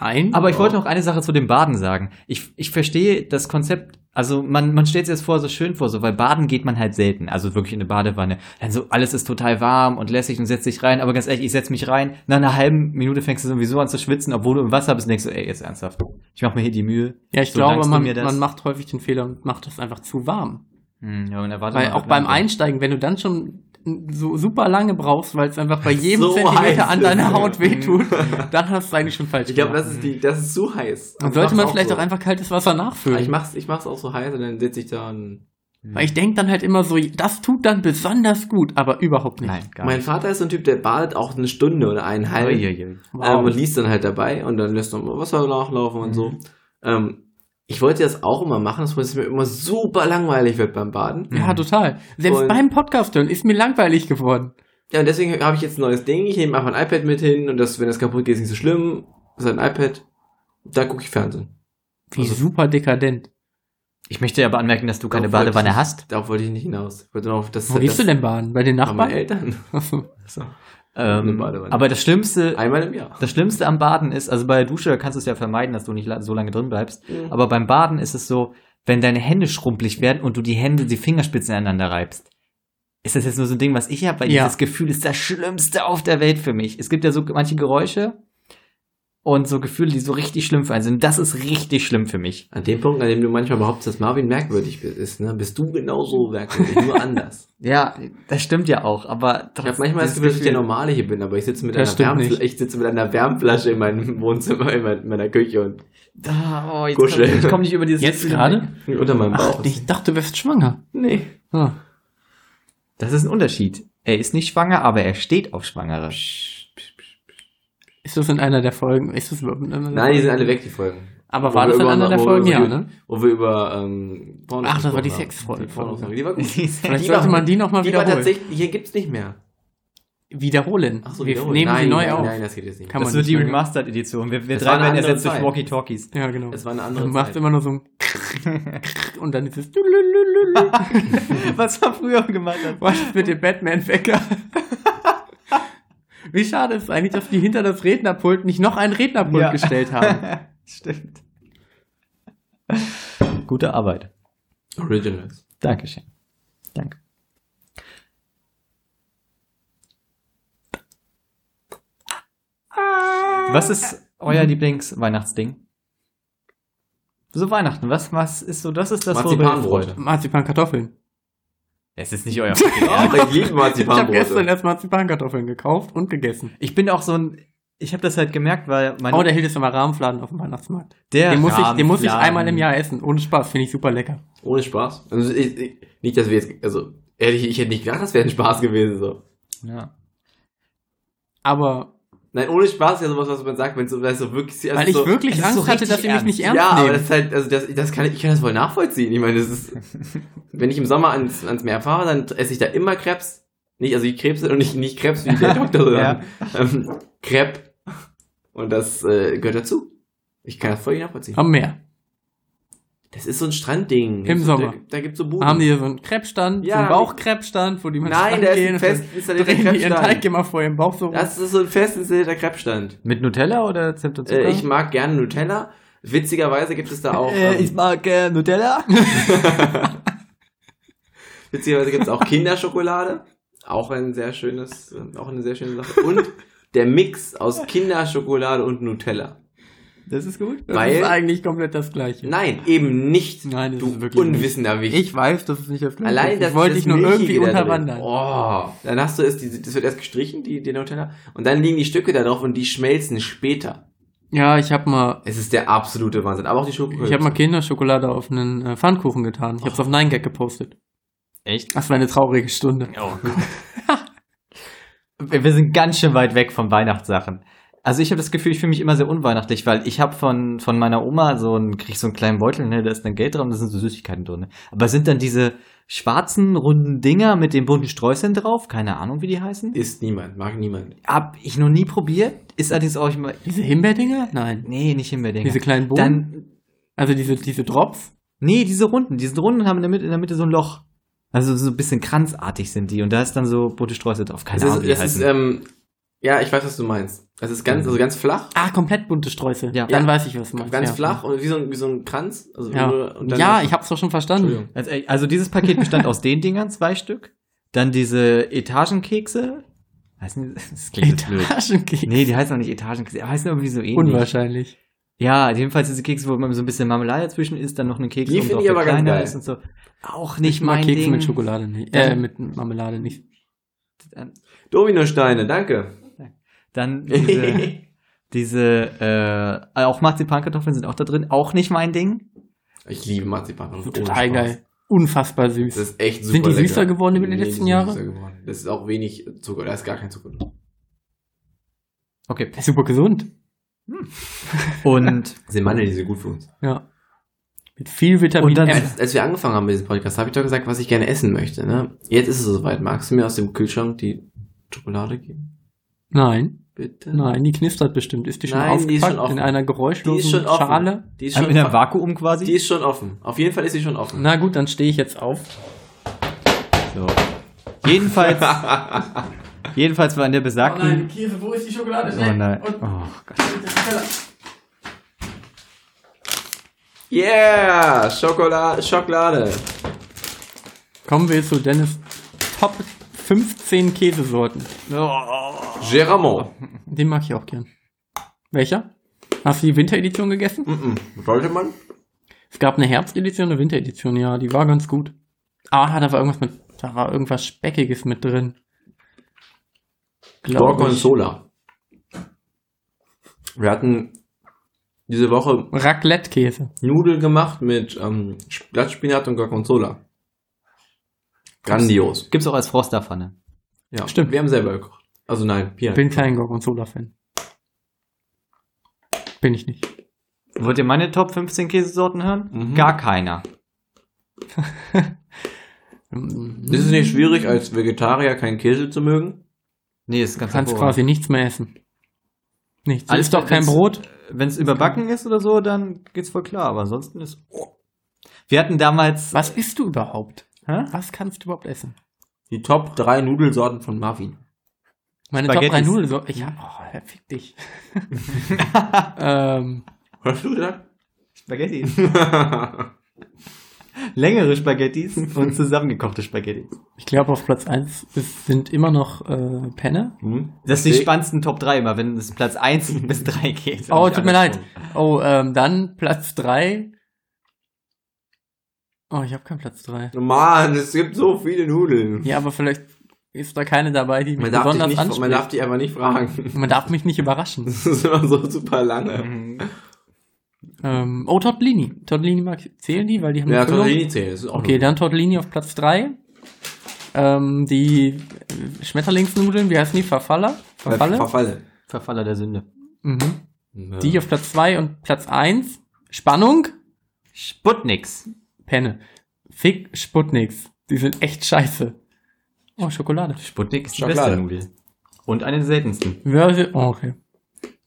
[SPEAKER 2] Nein.
[SPEAKER 3] Aber ich wollte noch eine Sache zu dem Baden sagen. Ich, ich verstehe das Konzept, also man, man stellt sich das vor so schön vor, so, weil baden geht man halt selten, also wirklich in eine Badewanne. Dann so, alles ist total warm und lässig und setzt dich rein, aber ganz ehrlich, ich setz mich rein, nach einer halben Minute fängst du sowieso an zu schwitzen, obwohl du im Wasser bist und denkst so, ey, jetzt ernsthaft, ich mach mir hier die Mühe.
[SPEAKER 2] ja, ich
[SPEAKER 3] so
[SPEAKER 2] glaube,
[SPEAKER 3] dankst du
[SPEAKER 2] man,
[SPEAKER 3] mir das.
[SPEAKER 2] man macht häufig den Fehler und macht das einfach zu warm.
[SPEAKER 3] Hm, ja, man erwartet
[SPEAKER 2] Weil
[SPEAKER 3] man
[SPEAKER 2] auch
[SPEAKER 3] wird
[SPEAKER 2] beim
[SPEAKER 3] langsam.
[SPEAKER 2] Einsteigen, wenn du dann schon so super lange brauchst, weil es einfach bei jedem
[SPEAKER 1] So heiß
[SPEAKER 2] Zentimeter an
[SPEAKER 1] ist
[SPEAKER 2] deiner
[SPEAKER 1] es.
[SPEAKER 2] Haut wehtut, dann hast du eigentlich schon falsch
[SPEAKER 1] Ich glaube,
[SPEAKER 2] gemacht.
[SPEAKER 1] das ist die, das ist zu heiß.
[SPEAKER 2] Dann sollte
[SPEAKER 1] Ich
[SPEAKER 2] man
[SPEAKER 1] mach's
[SPEAKER 2] vielleicht
[SPEAKER 1] so.
[SPEAKER 2] auch einfach kaltes Wasser nachfüllen.
[SPEAKER 1] Ich mach's, ich mach's auch so heiß und dann sitze ich da und
[SPEAKER 2] Weil ich denke dann halt immer so, das tut dann besonders gut, aber überhaupt nicht.
[SPEAKER 3] Nein, gar
[SPEAKER 1] Mein
[SPEAKER 3] nicht.
[SPEAKER 1] Vater ist so ein Typ, der badet auch eine Stunde oder
[SPEAKER 2] halt-
[SPEAKER 1] eineinhalb
[SPEAKER 3] Uiuiui.
[SPEAKER 1] ähm, und liest dann halt dabei und dann lässt er mal Wasser nachlaufen und
[SPEAKER 2] Mhm.
[SPEAKER 1] so. Ähm, ich wollte das auch immer machen, das ist mir immer super langweilig wird beim Baden.
[SPEAKER 2] Ja, total. Selbst
[SPEAKER 1] Mhm. Und-
[SPEAKER 2] beim Podcast hören ist mir langweilig geworden.
[SPEAKER 1] Ja, und deswegen habe ich jetzt ein neues Ding. Ich nehme einfach ein iPad mit hin und das, wenn das kaputt geht, ist nicht so schlimm. Das ist ein iPad. Da gucke ich Fernsehen.
[SPEAKER 2] Wie
[SPEAKER 1] Also-
[SPEAKER 2] super dekadent.
[SPEAKER 3] Ich möchte aber anmerken, dass du keine
[SPEAKER 1] Darauf wollte
[SPEAKER 3] Badewanne
[SPEAKER 1] ich-
[SPEAKER 3] hast.
[SPEAKER 1] Darauf wollte ich nicht hinaus. Ich wollte nur auf das,
[SPEAKER 2] Wo gehst
[SPEAKER 1] das
[SPEAKER 2] du denn baden? Bei den
[SPEAKER 1] bei meinen
[SPEAKER 2] Nachbarn?
[SPEAKER 1] Eltern. Eine
[SPEAKER 3] Ähm,
[SPEAKER 1] Badewanne.
[SPEAKER 3] aber das Schlimmste,
[SPEAKER 1] Einmal im Jahr.
[SPEAKER 3] das Schlimmste am Baden ist, also bei der Dusche kannst du es ja vermeiden, dass du nicht la- so lange drin bleibst. Aber beim Baden ist es so, wenn deine Hände schrumpelig werden und du die Hände, die Fingerspitzen aneinander reibst. Ist das jetzt nur so ein Ding, was ich habe? Weil
[SPEAKER 2] Ja.
[SPEAKER 3] dieses Gefühl ist das Schlimmste auf der Welt für mich. Es gibt ja so manche Geräusche und so Gefühle, die so richtig schlimm für einen sind. Das ist richtig schlimm für mich.
[SPEAKER 1] An dem Punkt, an dem du manchmal behauptest, dass Marvin merkwürdig ist, ne, bist du genauso merkwürdig, nur anders.
[SPEAKER 3] Ja, das stimmt ja auch, aber
[SPEAKER 1] Ich habe manchmal das Gefühl, dass ich der Normale hier bin, aber ich sitze mit,
[SPEAKER 2] Das
[SPEAKER 1] einer,
[SPEAKER 2] stimmt
[SPEAKER 1] Wärmfl
[SPEAKER 2] nicht.
[SPEAKER 1] ich sitze mit einer Wärmflasche in meinem Wohnzimmer, in mein- meiner Küche und
[SPEAKER 3] Ah, oh, jetzt
[SPEAKER 1] Kuschel.
[SPEAKER 3] komm, ich komme nicht über dieses
[SPEAKER 2] Jetzt
[SPEAKER 3] Gefühl
[SPEAKER 2] gerade?
[SPEAKER 3] hinweg.
[SPEAKER 1] unter meinem Bauch.
[SPEAKER 2] Ach, ich dachte, du wärst schwanger.
[SPEAKER 1] Nee.
[SPEAKER 2] Ah.
[SPEAKER 3] Das ist ein Unterschied. Er ist nicht schwanger, aber er steht auf Schwangere.
[SPEAKER 2] Ist das in einer der Folgen? Ist das überhaupt in einer der
[SPEAKER 1] Nein, die
[SPEAKER 2] Folgen?
[SPEAKER 1] sind alle weg, die Folgen.
[SPEAKER 2] Aber
[SPEAKER 1] Wo
[SPEAKER 2] war
[SPEAKER 1] wir
[SPEAKER 2] das in
[SPEAKER 1] über-
[SPEAKER 2] einer der
[SPEAKER 1] wo wir
[SPEAKER 2] Folgen?
[SPEAKER 1] über-
[SPEAKER 2] Ja, ne?
[SPEAKER 1] Wo wir über ähm, Pornos
[SPEAKER 2] Ach, das war
[SPEAKER 1] gesprochen
[SPEAKER 2] die
[SPEAKER 1] haben.
[SPEAKER 2] Sexfolge.
[SPEAKER 1] Die, Pornos- die war gut.
[SPEAKER 2] Vielleicht
[SPEAKER 1] Die
[SPEAKER 2] sollte
[SPEAKER 1] war-
[SPEAKER 2] man die nochmal
[SPEAKER 1] Die war
[SPEAKER 2] wiederholen.
[SPEAKER 1] tatsächlich, hier gibt's nicht mehr.
[SPEAKER 2] wiederholen.
[SPEAKER 1] Ach so,
[SPEAKER 2] Wir
[SPEAKER 1] wiederholen.
[SPEAKER 2] nehmen
[SPEAKER 1] nein,
[SPEAKER 2] sie neu
[SPEAKER 1] nein,
[SPEAKER 2] auf.
[SPEAKER 1] Nein, das geht jetzt nicht.
[SPEAKER 2] Kann
[SPEAKER 1] Mehr.
[SPEAKER 2] man- Das wird die
[SPEAKER 3] Remastered-Edition. Wir, wir
[SPEAKER 1] Das drei war eine werden andere ersetzt durch Zeit.
[SPEAKER 3] Walkie-Talkies.
[SPEAKER 2] Ja, genau.
[SPEAKER 1] Das war eine
[SPEAKER 2] Du
[SPEAKER 1] andere
[SPEAKER 2] machst
[SPEAKER 1] Zeit.
[SPEAKER 2] immer nur so ein und dann ist es
[SPEAKER 3] Was man früher gemacht hat.
[SPEAKER 2] was mit dem Batman-Wecker. Wie schade ist es eigentlich, dass die hinter das Rednerpult nicht noch ein Rednerpult
[SPEAKER 3] Ja.
[SPEAKER 2] gestellt haben.
[SPEAKER 3] Stimmt. Gute Arbeit.
[SPEAKER 1] Originals.
[SPEAKER 3] Dankeschön. Danke. Was ist euer Lieblings-Weihnachtsding? So Weihnachten, was, was ist so, das ist das, worüber ihr
[SPEAKER 1] Marzipanbrot.
[SPEAKER 3] freut?
[SPEAKER 2] Marzipankartoffeln. Also
[SPEAKER 3] Es ist nicht euer
[SPEAKER 1] Oh, ich liebe
[SPEAKER 2] Ich habe gestern
[SPEAKER 1] Marzipanbrote.
[SPEAKER 2] erst Marzipankartoffeln gekauft und gegessen.
[SPEAKER 3] Ich bin auch so ein. Ich habe das halt gemerkt, weil mein.
[SPEAKER 2] Oh, der hielt es immer Rahmfladen auf dem Weihnachtsmarkt.
[SPEAKER 3] der
[SPEAKER 2] Den muss, ich, den muss ich
[SPEAKER 3] Rahmenfladen.
[SPEAKER 2] einmal im Jahr essen. Ohne Spaß, finde ich super lecker.
[SPEAKER 1] Ohne Spaß. Also ich, ich, nicht, dass wir jetzt, also ehrlich, ich hätte nicht gedacht, das wäre ein Spaß gewesen so.
[SPEAKER 3] Ja.
[SPEAKER 2] Aber
[SPEAKER 1] Nein, ohne Spaß ist ja sowas, was man sagt, wenn es so, weißt du, wirklich, also
[SPEAKER 2] weil ich
[SPEAKER 1] so,
[SPEAKER 2] wirklich
[SPEAKER 3] es ist
[SPEAKER 2] Angst
[SPEAKER 3] so
[SPEAKER 2] hatte,
[SPEAKER 3] richtig
[SPEAKER 2] dass sie mich
[SPEAKER 3] ernst.
[SPEAKER 2] nicht ernst
[SPEAKER 1] ja, aber
[SPEAKER 2] nehmen.
[SPEAKER 1] das ist halt, also das, das kann ich, ich kann das voll nachvollziehen. Ich meine, das ist, wenn ich im Sommer ans, ans Meer fahre, dann esse ich da immer Krebs. Nicht, also die Krebse und nicht, nicht Krebs wie der Doktor, sondern ähm, Crepe. Und das äh, gehört dazu. Ich kann das voll nachvollziehen.
[SPEAKER 2] Am Meer.
[SPEAKER 1] Das ist so ein Strandding.
[SPEAKER 2] Im
[SPEAKER 1] so,
[SPEAKER 2] Sommer.
[SPEAKER 1] Da, da gibt's so Buden.
[SPEAKER 2] Haben die hier so einen Krebsstand,
[SPEAKER 1] Ja.
[SPEAKER 2] so einen Bauchkrebsstand, wo die Menschen
[SPEAKER 1] Nein, da ist
[SPEAKER 2] rangehen
[SPEAKER 1] ein
[SPEAKER 2] und
[SPEAKER 1] fest
[SPEAKER 2] dann
[SPEAKER 1] installierter
[SPEAKER 2] drehen die ihren Teig
[SPEAKER 1] Krebsstand.
[SPEAKER 2] immer vor ihrem Bauch so rum.
[SPEAKER 1] Das ist so ein fest installierter Krebsstand.
[SPEAKER 3] Mit Nutella oder Zimt und
[SPEAKER 1] Äh, ich mag gerne Nutella. Witzigerweise gibt es da auch. ähm,
[SPEAKER 3] mag äh, Nutella.
[SPEAKER 1] Beziehungsweise gibt's auch Kinderschokolade. Auch ein sehr schönes, äh, auch eine sehr schöne Sache. Und der Mix aus Kinderschokolade und Nutella.
[SPEAKER 3] Das ist gut.
[SPEAKER 2] Das
[SPEAKER 1] weil-
[SPEAKER 2] ist eigentlich komplett das Gleiche.
[SPEAKER 1] Nein, eben nicht.
[SPEAKER 2] Nein, das
[SPEAKER 1] du
[SPEAKER 2] ist wirklich
[SPEAKER 1] unwissender Wicht.
[SPEAKER 2] Ich weiß, dass es nicht das Gleiche
[SPEAKER 1] Allein
[SPEAKER 2] ist.
[SPEAKER 1] das
[SPEAKER 2] Ich wollte
[SPEAKER 1] das
[SPEAKER 2] dich nur
[SPEAKER 1] Milchige
[SPEAKER 2] irgendwie
[SPEAKER 1] da drin.
[SPEAKER 2] unterwandern.
[SPEAKER 1] Oh, dann hast du es, die, das wird erst gestrichen, die, die Nutella. Und dann liegen die Stücke da drauf und die schmelzen später.
[SPEAKER 2] Ja, ich habe mal,
[SPEAKER 1] Es ist der absolute Wahnsinn. Aber auch die Schokolade.
[SPEAKER 2] ich hab mal Kinderschokolade auf einen äh, Pfannkuchen getan. Ich habe es auf 9gag gepostet.
[SPEAKER 3] Echt?
[SPEAKER 2] Das war eine traurige Stunde.
[SPEAKER 3] Oh Gott. wir wir sind ganz schön weit weg von Weihnachtssachen. Also ich habe das Gefühl, ich fühle mich immer sehr unweihnachtlich, weil ich habe von, von meiner Oma so einen, krieg so einen kleinen Beutel, ne, da ist dann Geld drin, da sind so Süßigkeiten drin. ne. Aber sind dann diese schwarzen, runden Dinger mit den bunten Sträußchen drauf? Keine Ahnung, wie die heißen.
[SPEAKER 1] Isst niemand, mag niemand.
[SPEAKER 3] Hab ich noch nie probiert. Ist allerdings auch immer.
[SPEAKER 2] Diese Himbeerdinger? Nein.
[SPEAKER 3] Nee, nicht Himbeerdinger.
[SPEAKER 2] Diese kleinen Bohnen?
[SPEAKER 3] Dann.
[SPEAKER 2] also diese, diese Drops?
[SPEAKER 3] Nee, diese Runden. Diese Runden haben in der Mitte, in der Mitte so ein Loch. Also so ein bisschen kranzartig sind die. Und da ist dann so bunte Streusel drauf. Keine
[SPEAKER 1] Es ist,
[SPEAKER 3] Ahnung, wie die
[SPEAKER 1] es ist,
[SPEAKER 3] heißen.
[SPEAKER 1] ähm, ja, ich weiß, was du meinst. Es ist ganz, also ganz flach.
[SPEAKER 2] Ah, komplett bunte Sträuße.
[SPEAKER 3] Ja.
[SPEAKER 2] Dann
[SPEAKER 1] Ja.
[SPEAKER 2] weiß ich, was du meinst.
[SPEAKER 1] Ganz
[SPEAKER 2] ja.
[SPEAKER 1] flach und wie so ein, wie so ein Kranz. Also
[SPEAKER 2] Ja,
[SPEAKER 1] nur- und dann-
[SPEAKER 2] ja ich habe es doch schon verstanden.
[SPEAKER 1] Entschuldigung.
[SPEAKER 3] also, ey, also dieses Paket bestand aus den Dingern, zwei Stück. Dann diese Etagenkekse. Heißen die, das klingt jetzt blöd.
[SPEAKER 2] Etagenkeks.
[SPEAKER 3] Nee, die heißen auch nicht Etagenkekse. aber Heißen irgendwie so ähnlich.
[SPEAKER 2] Unwahrscheinlich.
[SPEAKER 3] Ja, jedenfalls diese Kekse, wo man so ein bisschen Marmelade dazwischen isst, dann noch einen Keks
[SPEAKER 1] Die
[SPEAKER 3] oben
[SPEAKER 1] finde
[SPEAKER 3] drauf,
[SPEAKER 1] ich
[SPEAKER 3] der
[SPEAKER 1] aber ganz
[SPEAKER 3] kleiner
[SPEAKER 1] geil.
[SPEAKER 3] ist und so. Auch
[SPEAKER 2] Ich
[SPEAKER 3] nicht
[SPEAKER 2] mag
[SPEAKER 3] mein
[SPEAKER 2] Kekse
[SPEAKER 3] Ding.
[SPEAKER 2] mit Schokolade nicht. Äh, mit Marmelade nicht.
[SPEAKER 1] Dominosteine, danke.
[SPEAKER 3] Dann diese, Diese, äh, auch Marzipankartoffeln sind auch da drin. Auch nicht mein Ding.
[SPEAKER 1] Ich liebe Marzipan.
[SPEAKER 2] Total geil. unfassbar süß.
[SPEAKER 1] Das ist echt super.
[SPEAKER 2] Sind die
[SPEAKER 1] lecker.
[SPEAKER 2] süßer geworden über die
[SPEAKER 1] Nee,
[SPEAKER 2] letzten
[SPEAKER 1] sind nicht
[SPEAKER 2] Jahre?
[SPEAKER 1] Süßer geworden. Das ist auch wenig Zucker, da ist gar kein Zucker drin.
[SPEAKER 3] Okay.
[SPEAKER 2] Super gesund.
[SPEAKER 3] Und
[SPEAKER 1] Das sind Mandeln, die sind gut für uns.
[SPEAKER 2] Ja. Mit viel Vitamin
[SPEAKER 3] Und dann-
[SPEAKER 2] F.
[SPEAKER 1] Als, als wir angefangen haben mit diesem Podcast, habe ich doch gesagt, was ich gerne essen möchte. Ne? Jetzt ist es soweit. Magst du mir aus dem Kühlschrank die Schokolade geben?
[SPEAKER 2] Nein,
[SPEAKER 1] Bitte?
[SPEAKER 2] nein, die knistert bestimmt. Ist die schon
[SPEAKER 1] Nein,
[SPEAKER 2] aufgepackt
[SPEAKER 1] die ist schon offen.
[SPEAKER 2] in einer
[SPEAKER 1] Die
[SPEAKER 2] geräuschlosen
[SPEAKER 1] ist schon offen.
[SPEAKER 2] Schale?
[SPEAKER 1] Die ist schon,
[SPEAKER 3] äh, in einem
[SPEAKER 1] offen.
[SPEAKER 3] Vakuum quasi?
[SPEAKER 1] die ist schon offen. Auf jeden Fall ist sie schon offen.
[SPEAKER 2] Na gut, dann stehe ich jetzt auf.
[SPEAKER 3] So. Jedenfalls, jedenfalls war in der
[SPEAKER 1] Oh
[SPEAKER 3] besagten.
[SPEAKER 2] Käse, wo ist die Schokolade?
[SPEAKER 3] Oh nein. Oh Gott.
[SPEAKER 1] Yeah! Schokolade, Schokolade.
[SPEAKER 2] Kommen wir zu Dennis Top 15 Käsesorten.
[SPEAKER 1] Oh. Geramo.
[SPEAKER 2] Den mag ich auch gern. Welcher? Hast du die Winteredition gegessen?
[SPEAKER 1] Mm-mm. Sollte Hm, man?
[SPEAKER 2] Es gab eine Herbstedition, eine Winteredition, ja, die war ganz gut. Ah, da war irgendwas mit, da war irgendwas Speckiges mit drin. Glaub ich.
[SPEAKER 1] Gorgonzola. Wir hatten diese Woche
[SPEAKER 2] Raclette-Käse.
[SPEAKER 1] Nudeln gemacht mit ähm, Blattspinat und Gorgonzola. Grandios.
[SPEAKER 3] Gibt's auch als Frosterpfanne.
[SPEAKER 1] Ja,
[SPEAKER 2] Stimmt.
[SPEAKER 1] Wir haben selber gekocht. Also nein, Pia.
[SPEAKER 2] Bin kein Gorgonzola-Fan. Bin ich nicht.
[SPEAKER 3] Wollt ihr meine Top 15 Käsesorten hören?
[SPEAKER 1] Mhm.
[SPEAKER 3] Gar keiner.
[SPEAKER 2] Du
[SPEAKER 1] Ist es nicht schwierig, als Vegetarier keinen Käse zu mögen?
[SPEAKER 3] Nee, ist ganz
[SPEAKER 2] kannst quasi nichts mehr essen. Nichts. Du
[SPEAKER 3] Alles
[SPEAKER 2] isst doch kein
[SPEAKER 3] wenn's-
[SPEAKER 2] Brot.
[SPEAKER 3] Wenn es überbacken ist oder so, dann geht's voll klar. Aber ansonsten ist. Wir hatten damals.
[SPEAKER 2] Was isst du überhaupt?
[SPEAKER 3] Hä?
[SPEAKER 2] Was kannst du überhaupt essen?
[SPEAKER 1] Die Top 3 Nudelsorten von Marvin.
[SPEAKER 2] Meine Top 3
[SPEAKER 3] Spaghettis.
[SPEAKER 2] Nudeln. So, ich hab, oh, fick dich. ähm,
[SPEAKER 1] Hast du gesagt?
[SPEAKER 3] Spaghetti. Längere Spaghettis und zusammengekochte Spaghetti.
[SPEAKER 2] ich glaube, auf Platz 1 ist, sind immer noch äh, Penne.
[SPEAKER 1] Hm?
[SPEAKER 3] Das sind die
[SPEAKER 1] Steak.
[SPEAKER 3] spannendsten Top 3 immer, wenn es Platz 1 bis 3 geht.
[SPEAKER 2] Oh,
[SPEAKER 3] Hab ich
[SPEAKER 2] tut mir leid.
[SPEAKER 3] angesprochen.
[SPEAKER 2] Oh, ähm, dann Platz 3. Oh, ich habe keinen Platz 3.
[SPEAKER 1] Mann, es gibt so viele Nudeln.
[SPEAKER 2] Ja, aber vielleicht ist da keine dabei, die mich
[SPEAKER 1] Man darf, dich
[SPEAKER 2] besonders
[SPEAKER 1] nicht,
[SPEAKER 2] anspricht.
[SPEAKER 1] man darf dich einfach nicht fragen.
[SPEAKER 2] Man darf mich nicht überraschen.
[SPEAKER 1] Das ist immer so super lange.
[SPEAKER 3] Mhm.
[SPEAKER 2] ähm, oh, Tortellini. Tortellini mag ich. Zählen die? Weil die haben
[SPEAKER 1] Ja,
[SPEAKER 2] eine Füllung.
[SPEAKER 1] Tortellini zählt. das ist auch
[SPEAKER 2] Okay,
[SPEAKER 1] Nudeln.
[SPEAKER 2] dann Tortellini auf Platz 3. Ähm, die äh, Schmetterlingsnudeln, wie heißen die? Verfaller? Verfalle?
[SPEAKER 1] Äh, Verfalle.
[SPEAKER 3] Verfaller der Sünde.
[SPEAKER 2] mhm.
[SPEAKER 1] Ja.
[SPEAKER 2] Die auf Platz 2 und Platz 1. Spannung?
[SPEAKER 3] Sputniks.
[SPEAKER 2] Penne. Fick Sputniks. Die sind echt scheiße. Oh, Schokolade.
[SPEAKER 3] Sputnik ist die
[SPEAKER 1] Schokolade.
[SPEAKER 3] beste Nudel. Und eine der seltensten.
[SPEAKER 2] Verse. Oh, okay.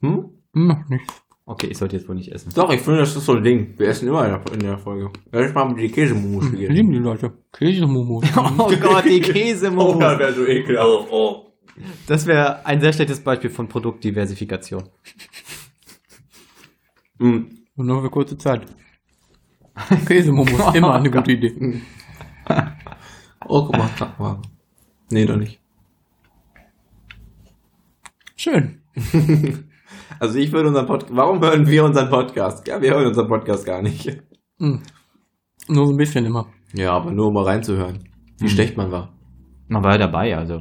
[SPEAKER 1] hm?
[SPEAKER 2] Hm, nichts.
[SPEAKER 3] Okay, ich sollte jetzt wohl nicht essen.
[SPEAKER 1] Doch, ich finde, das ist so ein Ding. Wir essen immer in der, in der Folge. Wenn ich mal mit Hm, die Käsemumus
[SPEAKER 2] Ich lieben die Leute. Käsemumos.
[SPEAKER 3] Oh Gott, die Käsemumos.
[SPEAKER 1] Oh, das wäre so ekelhaft.
[SPEAKER 3] Das wäre ein sehr schlechtes Beispiel von Produktdiversifikation.
[SPEAKER 1] Hm.
[SPEAKER 2] Und nur für kurze Zeit. Käsemumos. Immer eine gute Idee.
[SPEAKER 1] Oh, guck mal. guck mal. Nee, doch nicht.
[SPEAKER 2] Schön.
[SPEAKER 1] Also ich würde unseren Podcast. Warum hören wir unseren Podcast? Ja, wir hören unseren Podcast gar nicht.
[SPEAKER 2] Hm. Nur so ein bisschen immer.
[SPEAKER 1] Ja, aber nur um mal reinzuhören, wie
[SPEAKER 3] Hm.
[SPEAKER 1] schlecht man war.
[SPEAKER 3] Man war ja dabei, also.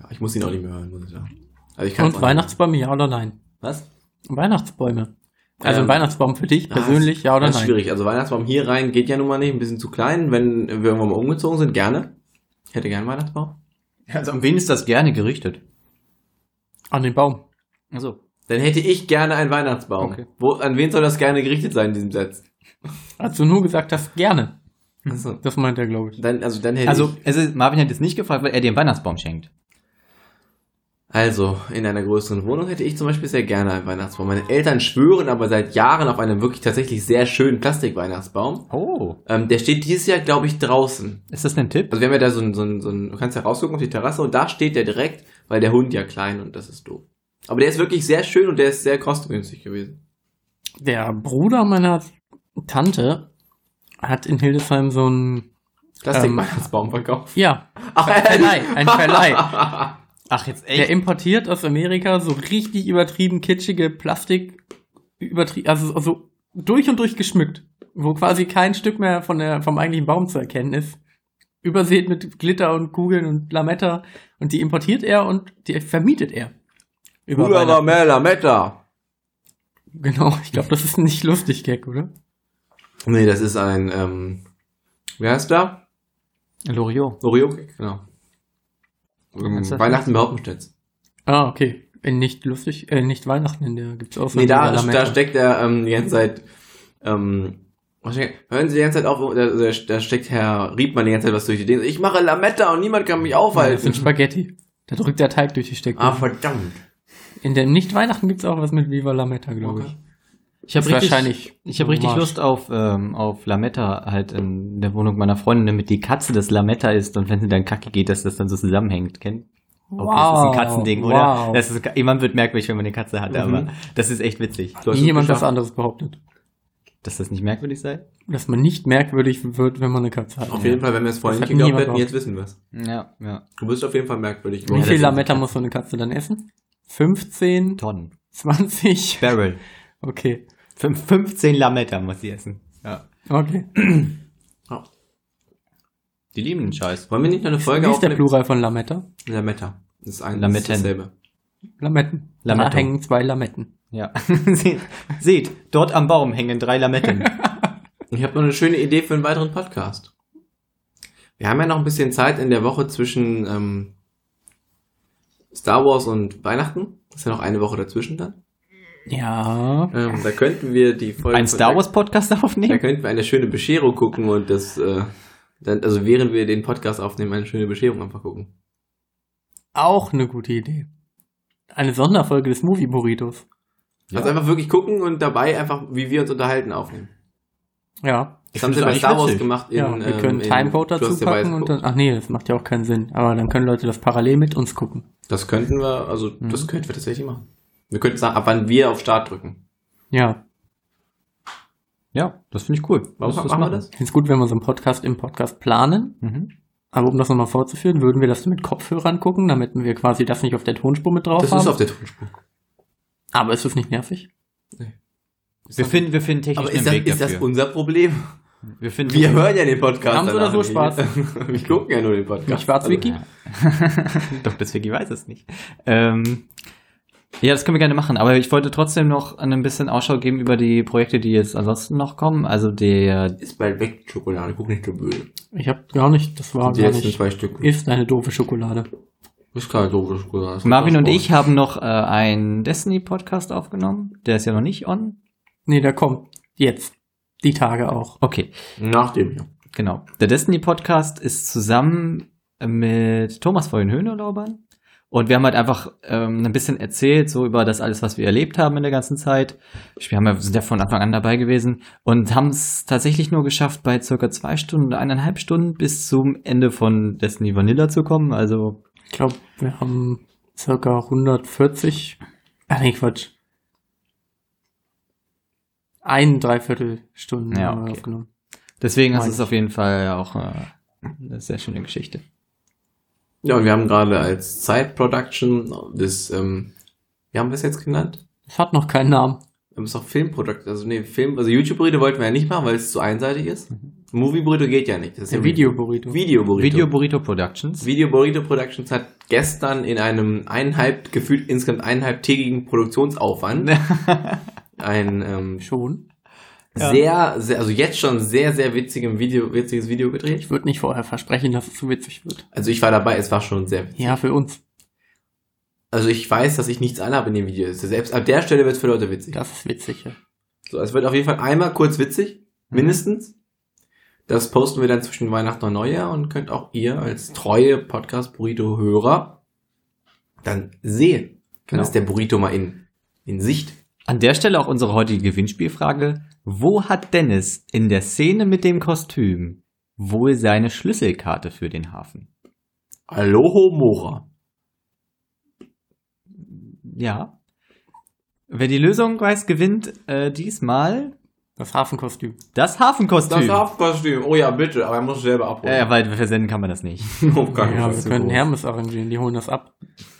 [SPEAKER 1] Ja, ich muss ihn auch nicht mehr hören, muss ich sagen. Also ich kann's
[SPEAKER 2] Und
[SPEAKER 1] auch nicht.
[SPEAKER 2] Weihnachtsbäume, ja oder nein?
[SPEAKER 1] Was?
[SPEAKER 2] Weihnachtsbäume. Also
[SPEAKER 1] Ähm,
[SPEAKER 2] ein Weihnachtsbaum für dich
[SPEAKER 1] Ah, das
[SPEAKER 2] persönlich,
[SPEAKER 1] ist
[SPEAKER 2] ja oder
[SPEAKER 1] ganz
[SPEAKER 2] nein?
[SPEAKER 1] schwierig. Also Weihnachtsbaum hier rein geht ja nun mal nicht, ein bisschen zu klein. Wenn wir irgendwann mal umgezogen sind, gerne. Ich hätte gerne einen Weihnachtsbaum.
[SPEAKER 3] Also an wen ist das gerne gerichtet?
[SPEAKER 2] An den Baum.
[SPEAKER 3] Also
[SPEAKER 1] Dann hätte ich gerne einen Weihnachtsbaum.
[SPEAKER 3] Okay.
[SPEAKER 1] Wo, an wen soll das gerne gerichtet sein in diesem Satz?
[SPEAKER 2] Als du nur gesagt hast, gerne.
[SPEAKER 1] Also,
[SPEAKER 2] Das meint er, glaube ich.
[SPEAKER 1] dann, also dann hätte
[SPEAKER 3] Also,
[SPEAKER 1] ich,
[SPEAKER 3] es ist, Marvin hat jetzt nicht gefragt, weil er dir einen Weihnachtsbaum schenkt.
[SPEAKER 1] also in einer größeren Wohnung hätte ich zum Beispiel sehr gerne einen Weihnachtsbaum. Meine Eltern schwören aber seit Jahren auf einen wirklich tatsächlich sehr schönen Plastikweihnachtsbaum.
[SPEAKER 3] Oh.
[SPEAKER 1] Ähm, der steht dieses Jahr, glaube ich, draußen.
[SPEAKER 3] Ist das ein Tipp?
[SPEAKER 1] Also wir haben ja da so ein, so ein, so ein du kannst ja rausgucken auf die Terrasse und da steht der direkt, weil der Hund ja klein und das ist doof. Aber der ist wirklich sehr schön und der ist sehr kostengünstig gewesen.
[SPEAKER 2] Der Bruder meiner Tante hat in Hildesheim so ein,
[SPEAKER 1] Plastikweihnachtsbaum verkauft.
[SPEAKER 2] ja,
[SPEAKER 1] Ach,
[SPEAKER 2] ein Ähm. Verleih, ein Verleih.
[SPEAKER 3] Ach, jetzt
[SPEAKER 2] Der importiert aus Amerika so richtig übertrieben kitschige Plastik, übertrie also, also durch und durch geschmückt, wo quasi kein Stück mehr von der, vom eigentlichen Baum zu erkennen ist. Übersät mit Glitter und Kugeln und Lametta. Und die importiert er und die vermietet er. Über
[SPEAKER 1] Bruder
[SPEAKER 2] Weihnachten.
[SPEAKER 1] Lamella, Metta.
[SPEAKER 2] Genau, ich glaube, das ist ein nicht lustig Gag, oder?
[SPEAKER 1] Nee, das ist ein ähm, Wer heißt da?
[SPEAKER 3] Loriot.
[SPEAKER 1] Loriot, genau. Ähm,
[SPEAKER 3] Ist das-
[SPEAKER 1] Weihnachten bei Hoppenstedt.
[SPEAKER 2] Ah, okay. In nicht lustig, äh, nicht Weihnachten, in der gibt's auch so
[SPEAKER 1] Nee, da,
[SPEAKER 2] eine
[SPEAKER 1] da
[SPEAKER 2] Lametta.
[SPEAKER 1] steckt er ähm, die ganze Zeit. Ähm, was steckt- hören Sie die ganze Zeit auf, da, da- da steckt Herr Riedmann die ganze Zeit was durch die Dinge. Ich mache Lametta und niemand kann mich
[SPEAKER 2] Weil das sind
[SPEAKER 1] aufhalten.
[SPEAKER 2] Spaghetti. Da drückt der Teig durch die
[SPEAKER 1] ah,
[SPEAKER 2] Steckdose.
[SPEAKER 1] verdammt.
[SPEAKER 2] In dem Nicht-Weihnachten gibt's auch was mit Viva Lametta, glaube
[SPEAKER 1] Okay.
[SPEAKER 3] Ich habe
[SPEAKER 2] Ist
[SPEAKER 3] richtig,
[SPEAKER 2] wahrscheinlich
[SPEAKER 3] ich hab richtig
[SPEAKER 2] Hommage.
[SPEAKER 3] Lust auf, ähm, auf Lametta halt in der Wohnung meiner Freundin, damit die Katze das Lametta ist und wenn sie dann kacke geht, dass das dann so zusammenhängt. Kennt?
[SPEAKER 2] ich.
[SPEAKER 3] Okay, das ist ein Katzending, oder?
[SPEAKER 2] Wow.
[SPEAKER 3] Das ist, jemand wird merkwürdig, wenn man eine Katze hat,
[SPEAKER 1] Mhm.
[SPEAKER 3] aber das ist echt witzig.
[SPEAKER 1] Du hast es
[SPEAKER 2] Nie jemand was
[SPEAKER 1] geschafft.
[SPEAKER 2] anderes behauptet.
[SPEAKER 3] Dass das nicht merkwürdig sei?
[SPEAKER 2] Dass man nicht merkwürdig wird, wenn man eine Katze hat.
[SPEAKER 1] Auf jeden Fall, wenn wir es vorhin
[SPEAKER 2] Das
[SPEAKER 1] nicht
[SPEAKER 2] hat
[SPEAKER 1] geglaubt hätten,
[SPEAKER 2] niemand drauf.
[SPEAKER 1] jetzt wissen wir es.
[SPEAKER 3] Ja, ja.
[SPEAKER 1] Du bist auf jeden Fall merkwürdig.
[SPEAKER 2] Wie
[SPEAKER 1] geworden.
[SPEAKER 2] viel Lametta muss so eine Katze dann essen? 15,
[SPEAKER 3] Tonnen.
[SPEAKER 2] 20?
[SPEAKER 3] Barrel.
[SPEAKER 2] Okay.
[SPEAKER 3] Fünf- 15 Lametta muss sie essen. Ja.
[SPEAKER 2] Okay.
[SPEAKER 3] Die lieben den Scheiß.
[SPEAKER 1] Oh. Wollen wir nicht noch eine Folge
[SPEAKER 2] Wie ist der
[SPEAKER 1] aufnehmen?
[SPEAKER 2] Plural von Lametta?
[SPEAKER 1] Lametta. Das ist ein
[SPEAKER 3] Lametten.
[SPEAKER 1] das ist dasselbe.
[SPEAKER 2] Lametten. Da
[SPEAKER 3] Lametto.
[SPEAKER 2] hängen zwei Lametten.
[SPEAKER 3] Ja. seht, seht, dort am Baum hängen drei Lametten.
[SPEAKER 1] Ich habe noch eine schöne Idee für einen weiteren Podcast. Wir haben ja noch ein bisschen Zeit in der Woche zwischen ähm, Star Wars und Weihnachten. Ist ja noch eine Woche dazwischen dann.
[SPEAKER 2] Ja.
[SPEAKER 1] Ähm, da könnten wir die Folge.
[SPEAKER 3] Ein
[SPEAKER 1] von-
[SPEAKER 3] Star Wars Podcast
[SPEAKER 1] Da
[SPEAKER 3] aufnehmen?
[SPEAKER 1] könnten wir eine schöne Bescherung gucken und das. Äh, dann, also während wir den Podcast aufnehmen, eine schöne Bescherung einfach gucken.
[SPEAKER 2] Auch eine gute Idee. Eine Sonderfolge des Movie Burritos.
[SPEAKER 1] Also einfach wirklich gucken und dabei einfach, wie wir uns unterhalten, aufnehmen.
[SPEAKER 2] Ja.
[SPEAKER 1] Das haben sie
[SPEAKER 3] find's
[SPEAKER 1] bei
[SPEAKER 3] eigentlich
[SPEAKER 1] Star Wars
[SPEAKER 3] witzig.
[SPEAKER 1] gemacht.
[SPEAKER 2] ja, wir können
[SPEAKER 1] in
[SPEAKER 2] Timecode dazu
[SPEAKER 1] Close the Bias
[SPEAKER 2] packen und
[SPEAKER 1] gucken.
[SPEAKER 2] dann. Ach nee, das macht ja auch keinen Sinn. Aber dann können Leute das parallel mit uns gucken.
[SPEAKER 1] Das könnten wir, also
[SPEAKER 2] Mhm.
[SPEAKER 1] das könnten wir tatsächlich machen. Wir könnten sagen, ab wann wir auf Start drücken.
[SPEAKER 2] Ja.
[SPEAKER 3] Ja, das finde ich cool.
[SPEAKER 1] Warum
[SPEAKER 3] Lass
[SPEAKER 1] machen wir
[SPEAKER 3] machen.
[SPEAKER 1] das?
[SPEAKER 2] Ich finde es gut, wenn wir so einen Podcast im Podcast planen.
[SPEAKER 3] Mhm.
[SPEAKER 2] Aber um das nochmal fortzuführen, würden wir das mit Kopfhörern gucken, damit wir quasi das nicht auf der Tonspur mit drauf
[SPEAKER 1] Das
[SPEAKER 2] haben.
[SPEAKER 1] ist auf der Tonspur.
[SPEAKER 2] Aber ist das nicht nervig?
[SPEAKER 3] Wir finden, wir finden technisch
[SPEAKER 1] Aber ist
[SPEAKER 3] einen
[SPEAKER 1] das,
[SPEAKER 3] Weg
[SPEAKER 1] ist das
[SPEAKER 3] dafür.
[SPEAKER 1] unser Problem?
[SPEAKER 3] wir finden
[SPEAKER 1] Wir hören ja den Podcast.
[SPEAKER 2] Haben so oder so
[SPEAKER 1] danach nicht. Wir gucken ja also, nur den Podcast.
[SPEAKER 2] Mit Schwarzwiki?
[SPEAKER 3] Doch, deswegen weiß es nicht. Ähm, ja, das können wir gerne machen, aber ich wollte trotzdem noch ein bisschen Ausschau geben über die Projekte, die jetzt ansonsten noch kommen. Also der
[SPEAKER 1] Ist bald weg, die Schokolade. Guck nicht so böse.
[SPEAKER 2] Ich habe gar nicht, das war
[SPEAKER 1] Die
[SPEAKER 2] gar
[SPEAKER 1] letzten
[SPEAKER 2] nicht.
[SPEAKER 1] zwei Stück.
[SPEAKER 2] Ist eine doofe Schokolade.
[SPEAKER 1] Ist keine doofe Schokolade. Das
[SPEAKER 3] Marvin
[SPEAKER 1] hat
[SPEAKER 3] und
[SPEAKER 1] auch
[SPEAKER 3] ich haben noch äh, einen Destiny-Podcast aufgenommen. Der ist ja noch nicht on.
[SPEAKER 2] Nee, der kommt jetzt. Die Tage auch.
[SPEAKER 3] Okay.
[SPEAKER 1] Nach dem hier.
[SPEAKER 3] Genau. Der Destiny Podcast ist zusammen äh, mit Thomas von den Höhnerlaubern. Und wir haben halt einfach ähm, ein bisschen erzählt, so über das alles, was wir erlebt haben in der ganzen Zeit. Wir haben ja, sind ja von Anfang an dabei gewesen und haben es tatsächlich nur geschafft, bei circa zwei Stunden oder eineinhalb Stunden bis zum Ende von Destiny Vanilla zu kommen. Also
[SPEAKER 2] Ich glaube, wir haben circa 140. Ach nee, Quatsch. Ein Dreiviertelstunden
[SPEAKER 3] Ja,
[SPEAKER 2] haben wir
[SPEAKER 3] okay.
[SPEAKER 2] aufgenommen.
[SPEAKER 3] deswegen ist
[SPEAKER 2] Mein
[SPEAKER 3] es auf jeden Fall auch äh, eine sehr schöne Geschichte.
[SPEAKER 1] Ja, und wir haben gerade als Side Production das, ähm, wie haben wir es jetzt genannt?
[SPEAKER 2] Es hat noch keinen Namen.
[SPEAKER 1] Wir haben es auch Filmprodukt, also nee, Film, also YouTube-Burrito wollten wir ja nicht machen, weil es zu einseitig ist. Movie-Burrito geht ja nicht. Das ist
[SPEAKER 2] Der Video-Burrito.
[SPEAKER 1] Video-Burrito.
[SPEAKER 3] Video Burrito Productions.
[SPEAKER 1] Video Burrito Productions hat gestern in einem eineinhalb, gefühlt insgesamt eineinhalbtägigen Produktionsaufwand ein ähm,
[SPEAKER 2] Schon.
[SPEAKER 3] Ja.
[SPEAKER 1] sehr, sehr, also jetzt schon sehr, sehr witzigem Video, witziges Video
[SPEAKER 2] Ich
[SPEAKER 1] gedreht.
[SPEAKER 2] würde nicht vorher versprechen, dass es so witzig wird.
[SPEAKER 1] Also ich war dabei, es war schon sehr.
[SPEAKER 2] Ja, für uns.
[SPEAKER 1] Also ich weiß, dass ich nichts anhabe in dem Video. Also Selbst ab der Stelle wird es für Leute witzig.
[SPEAKER 2] Das ist witzig. Ja.
[SPEAKER 1] So, es wird auf jeden Fall einmal kurz witzig, mindestens. Das posten wir dann zwischen Weihnachten und Neujahr und könnt auch ihr als treue Podcast Burrito Hörer dann sehen. Dann
[SPEAKER 3] Genau.
[SPEAKER 1] ist der Burrito mal in, in Sicht.
[SPEAKER 3] An der Stelle auch unsere heutige Gewinnspielfrage. Wo hat Dennis in der Szene mit dem Kostüm wohl seine Schlüsselkarte für den Hafen?
[SPEAKER 1] Aloho Mora.
[SPEAKER 3] Ja. Wer die Lösung weiß, gewinnt äh, diesmal
[SPEAKER 2] Das Hafenkostüm.
[SPEAKER 3] das Hafenkostüm.
[SPEAKER 1] Das Haftkostüm. Oh ja, bitte, aber er muss selber abholen.
[SPEAKER 3] äh, weil versenden kann man das nicht.
[SPEAKER 1] Auf keinen
[SPEAKER 2] Ja,
[SPEAKER 1] Fall.
[SPEAKER 2] wir können Hermes arrangieren, die holen das ab.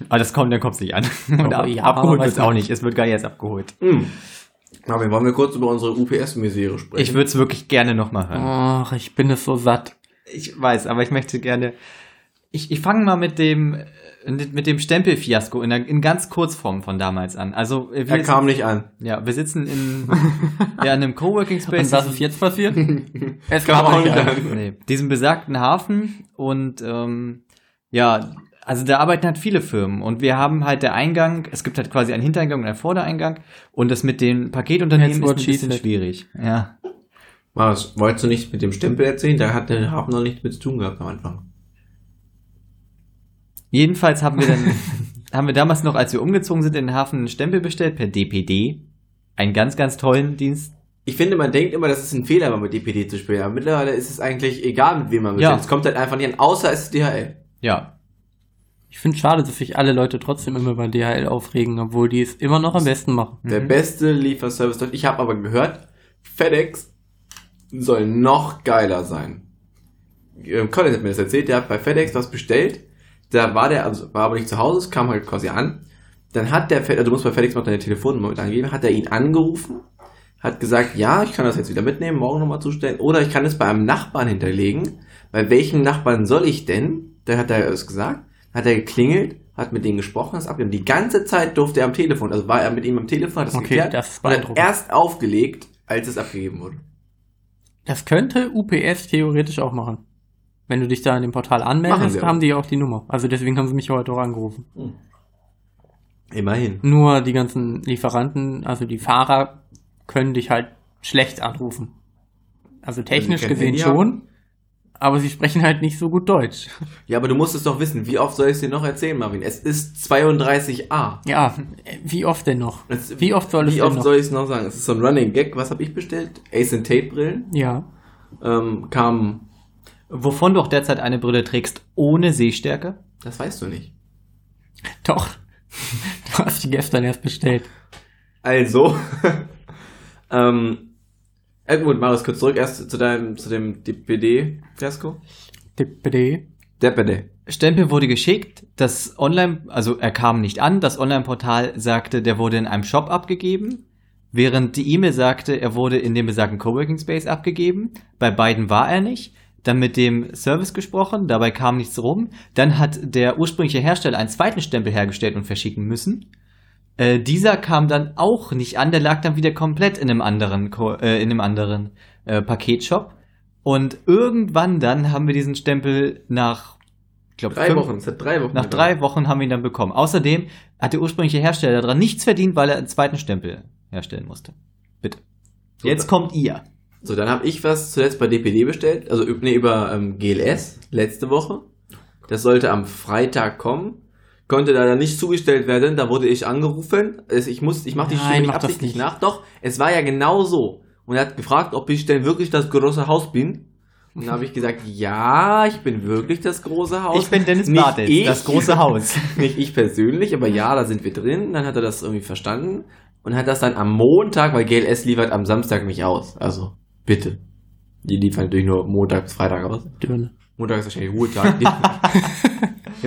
[SPEAKER 3] Aber das kommt, dann kommt es nicht an.
[SPEAKER 1] Oh,
[SPEAKER 3] Und ab,
[SPEAKER 2] ja,
[SPEAKER 3] abgeholt
[SPEAKER 2] weiß
[SPEAKER 3] wird es auch
[SPEAKER 2] man.
[SPEAKER 3] nicht. Es wird gar nicht erst abgeholt.
[SPEAKER 1] Hm. Marvin, wollen wir kurz über unsere UPS-Misere sprechen?
[SPEAKER 3] Ich würde
[SPEAKER 1] Oh.
[SPEAKER 3] es wirklich gerne nochmal hören.
[SPEAKER 2] Ach, ich bin es so satt.
[SPEAKER 3] Ich weiß, aber ich möchte gerne Ich, ich fange mal mit dem, äh, mit dem Stempelfiasko in, der- in ganz Kurzform von damals an. Also, äh, wir,
[SPEAKER 1] Er kam nicht an.
[SPEAKER 3] ja, wir sitzen in, ja, in einem Coworking Space.
[SPEAKER 2] Und was ist jetzt passiert? es
[SPEAKER 1] Kam auch nicht
[SPEAKER 2] an.
[SPEAKER 1] an.
[SPEAKER 3] nee, diesem besagten Hafen und ähm, ja, also da arbeiten halt viele Firmen und wir haben halt der Eingang, es gibt halt quasi einen Hintereingang und einen Vordereingang und das mit den Paketunternehmen ist
[SPEAKER 2] That's
[SPEAKER 3] ein
[SPEAKER 2] what she
[SPEAKER 3] bisschen
[SPEAKER 2] said.
[SPEAKER 3] schwierig. Ja.
[SPEAKER 1] Was, wolltest du nicht mit dem Stempel erzählen? Da hat der Hafen noch nichts mit zu tun gehabt am Anfang.
[SPEAKER 3] Jedenfalls haben wir dann haben wir damals noch, als wir umgezogen sind in den Hafen, einen Stempel bestellt per DPD, einen ganz ganz tollen Dienst.
[SPEAKER 1] Ich finde, man denkt immer, das ist ein Fehler, mal mit DPD zu spielen. Aber mittlerweile ist es eigentlich egal, mit wem man
[SPEAKER 3] Ja.
[SPEAKER 1] bestellt. Es kommt halt einfach nicht an, außer es ist DHL.
[SPEAKER 3] Ja,
[SPEAKER 2] Ich finde es schade, dass sich alle Leute trotzdem immer über DHL aufregen, obwohl die es immer noch am besten machen.
[SPEAKER 1] Der beste Lieferservice dort. Ich habe aber gehört, FedEx soll noch geiler sein. Ähm, Colin hat mir das erzählt, der hat bei FedEx was bestellt. Da war der, also war aber nicht zu Hause, es kam halt quasi an. Dann hat der, Fed- also du musst bei FedEx mal deine Telefonnummer mit angeben, hat er ihn angerufen, hat gesagt, ja, ich kann das jetzt wieder mitnehmen, morgen nochmal zustellen, oder ich kann es bei einem Nachbarn hinterlegen. Bei welchem Nachbarn soll ich denn? Dann hat er es gesagt, hat er geklingelt, hat mit denen gesprochen, das abgenommen. Die ganze Zeit durfte er am Telefon, also war er mit ihm am Telefon, hat das
[SPEAKER 2] Okay,
[SPEAKER 1] geklärt,
[SPEAKER 2] das
[SPEAKER 1] und
[SPEAKER 2] ist
[SPEAKER 1] hat
[SPEAKER 2] beeindruckend.
[SPEAKER 1] erst aufgelegt, als es abgegeben wurde.
[SPEAKER 2] Das könnte UPS theoretisch auch machen. Wenn du dich da in dem Portal
[SPEAKER 1] Machen sie
[SPEAKER 2] anmeldest,
[SPEAKER 1] auch.
[SPEAKER 2] haben die auch die Nummer. Also deswegen haben sie mich heute auch angerufen.
[SPEAKER 1] Immerhin.
[SPEAKER 2] Nur die ganzen Lieferanten, also die Fahrer, können dich halt schlecht anrufen. Also technisch
[SPEAKER 1] kein
[SPEAKER 2] gesehen
[SPEAKER 1] Handy
[SPEAKER 2] schon, aber sie sprechen halt nicht so gut Deutsch.
[SPEAKER 1] Ja, aber du musst es doch wissen. Wie oft soll ich es dir noch erzählen, Marvin? Es ist 32a.
[SPEAKER 2] Ja, äh, wie oft denn noch?
[SPEAKER 1] Es,
[SPEAKER 2] Wie oft soll es
[SPEAKER 1] wie
[SPEAKER 2] denn
[SPEAKER 1] oft
[SPEAKER 2] noch?
[SPEAKER 1] soll ich es noch sagen? Es ist so ein Running Gag. Was habe ich bestellt? Ace and Tate Brillen.
[SPEAKER 2] ja,
[SPEAKER 1] Ähm, kam.
[SPEAKER 3] wovon du auch derzeit eine Brille trägst ohne Sehstärke.
[SPEAKER 1] Das weißt du nicht.
[SPEAKER 2] doch. Du hast die gestern erst bestellt.
[SPEAKER 1] Also. ähm, Edmund, Marius, kurz zurück erst zu deinem, zu dem DPD-Fiasko.
[SPEAKER 2] DPD.
[SPEAKER 1] DPD.
[SPEAKER 3] Stempel wurde geschickt, das Online, also er kam nicht an, das Online-Portal sagte, der wurde in einem Shop abgegeben, während die E-Mail sagte, er wurde in dem besagten Coworking Space abgegeben. Bei beiden war er nicht. Dann mit dem Service gesprochen, dabei kam nichts rum. Dann hat der ursprüngliche Hersteller einen zweiten Stempel hergestellt und verschicken müssen. Äh, dieser kam dann auch nicht an, der lag dann wieder komplett in einem anderen, Co äh, in einem anderen äh, Paketshop. Und irgendwann dann haben wir diesen Stempel nach, ich glaube,
[SPEAKER 1] Drei Wochen. Es hat drei Wochen.
[SPEAKER 3] nach
[SPEAKER 1] gedauert.
[SPEAKER 3] drei Wochen haben wir ihn dann bekommen. Außerdem hat der ursprüngliche Hersteller daran nichts verdient, weil er einen zweiten Stempel herstellen musste. Bitte.
[SPEAKER 1] So,
[SPEAKER 3] Jetzt
[SPEAKER 1] dann-
[SPEAKER 3] kommt ihr.
[SPEAKER 1] So, dann habe ich was zuletzt bei DPD bestellt, also üb- nee, über ähm, GLS letzte Woche. Das sollte am Freitag kommen. Konnte leider nicht zugestellt werden, da wurde ich angerufen. Also ich muss, ich mache die
[SPEAKER 2] Nein,
[SPEAKER 1] Stimme nicht
[SPEAKER 2] mach das
[SPEAKER 1] absichtlich
[SPEAKER 2] nicht.
[SPEAKER 1] nach. Doch, es war ja genau so. Und er hat gefragt, ob ich denn wirklich das große Haus bin. Und dann habe ich gesagt, ja, ich bin wirklich das große Haus. Nicht ich.
[SPEAKER 3] das große Haus.
[SPEAKER 1] Nicht ich persönlich, aber ja, da sind wir drin. Dann hat er das irgendwie verstanden und hat das dann am Montag, weil GLS liefert am Samstag nicht aus. Also, bitte. Die liefern natürlich nur Montag bis Freitag aus.
[SPEAKER 2] Dürne.
[SPEAKER 1] Montag ist wahrscheinlich Ruhetag. Jedenfalls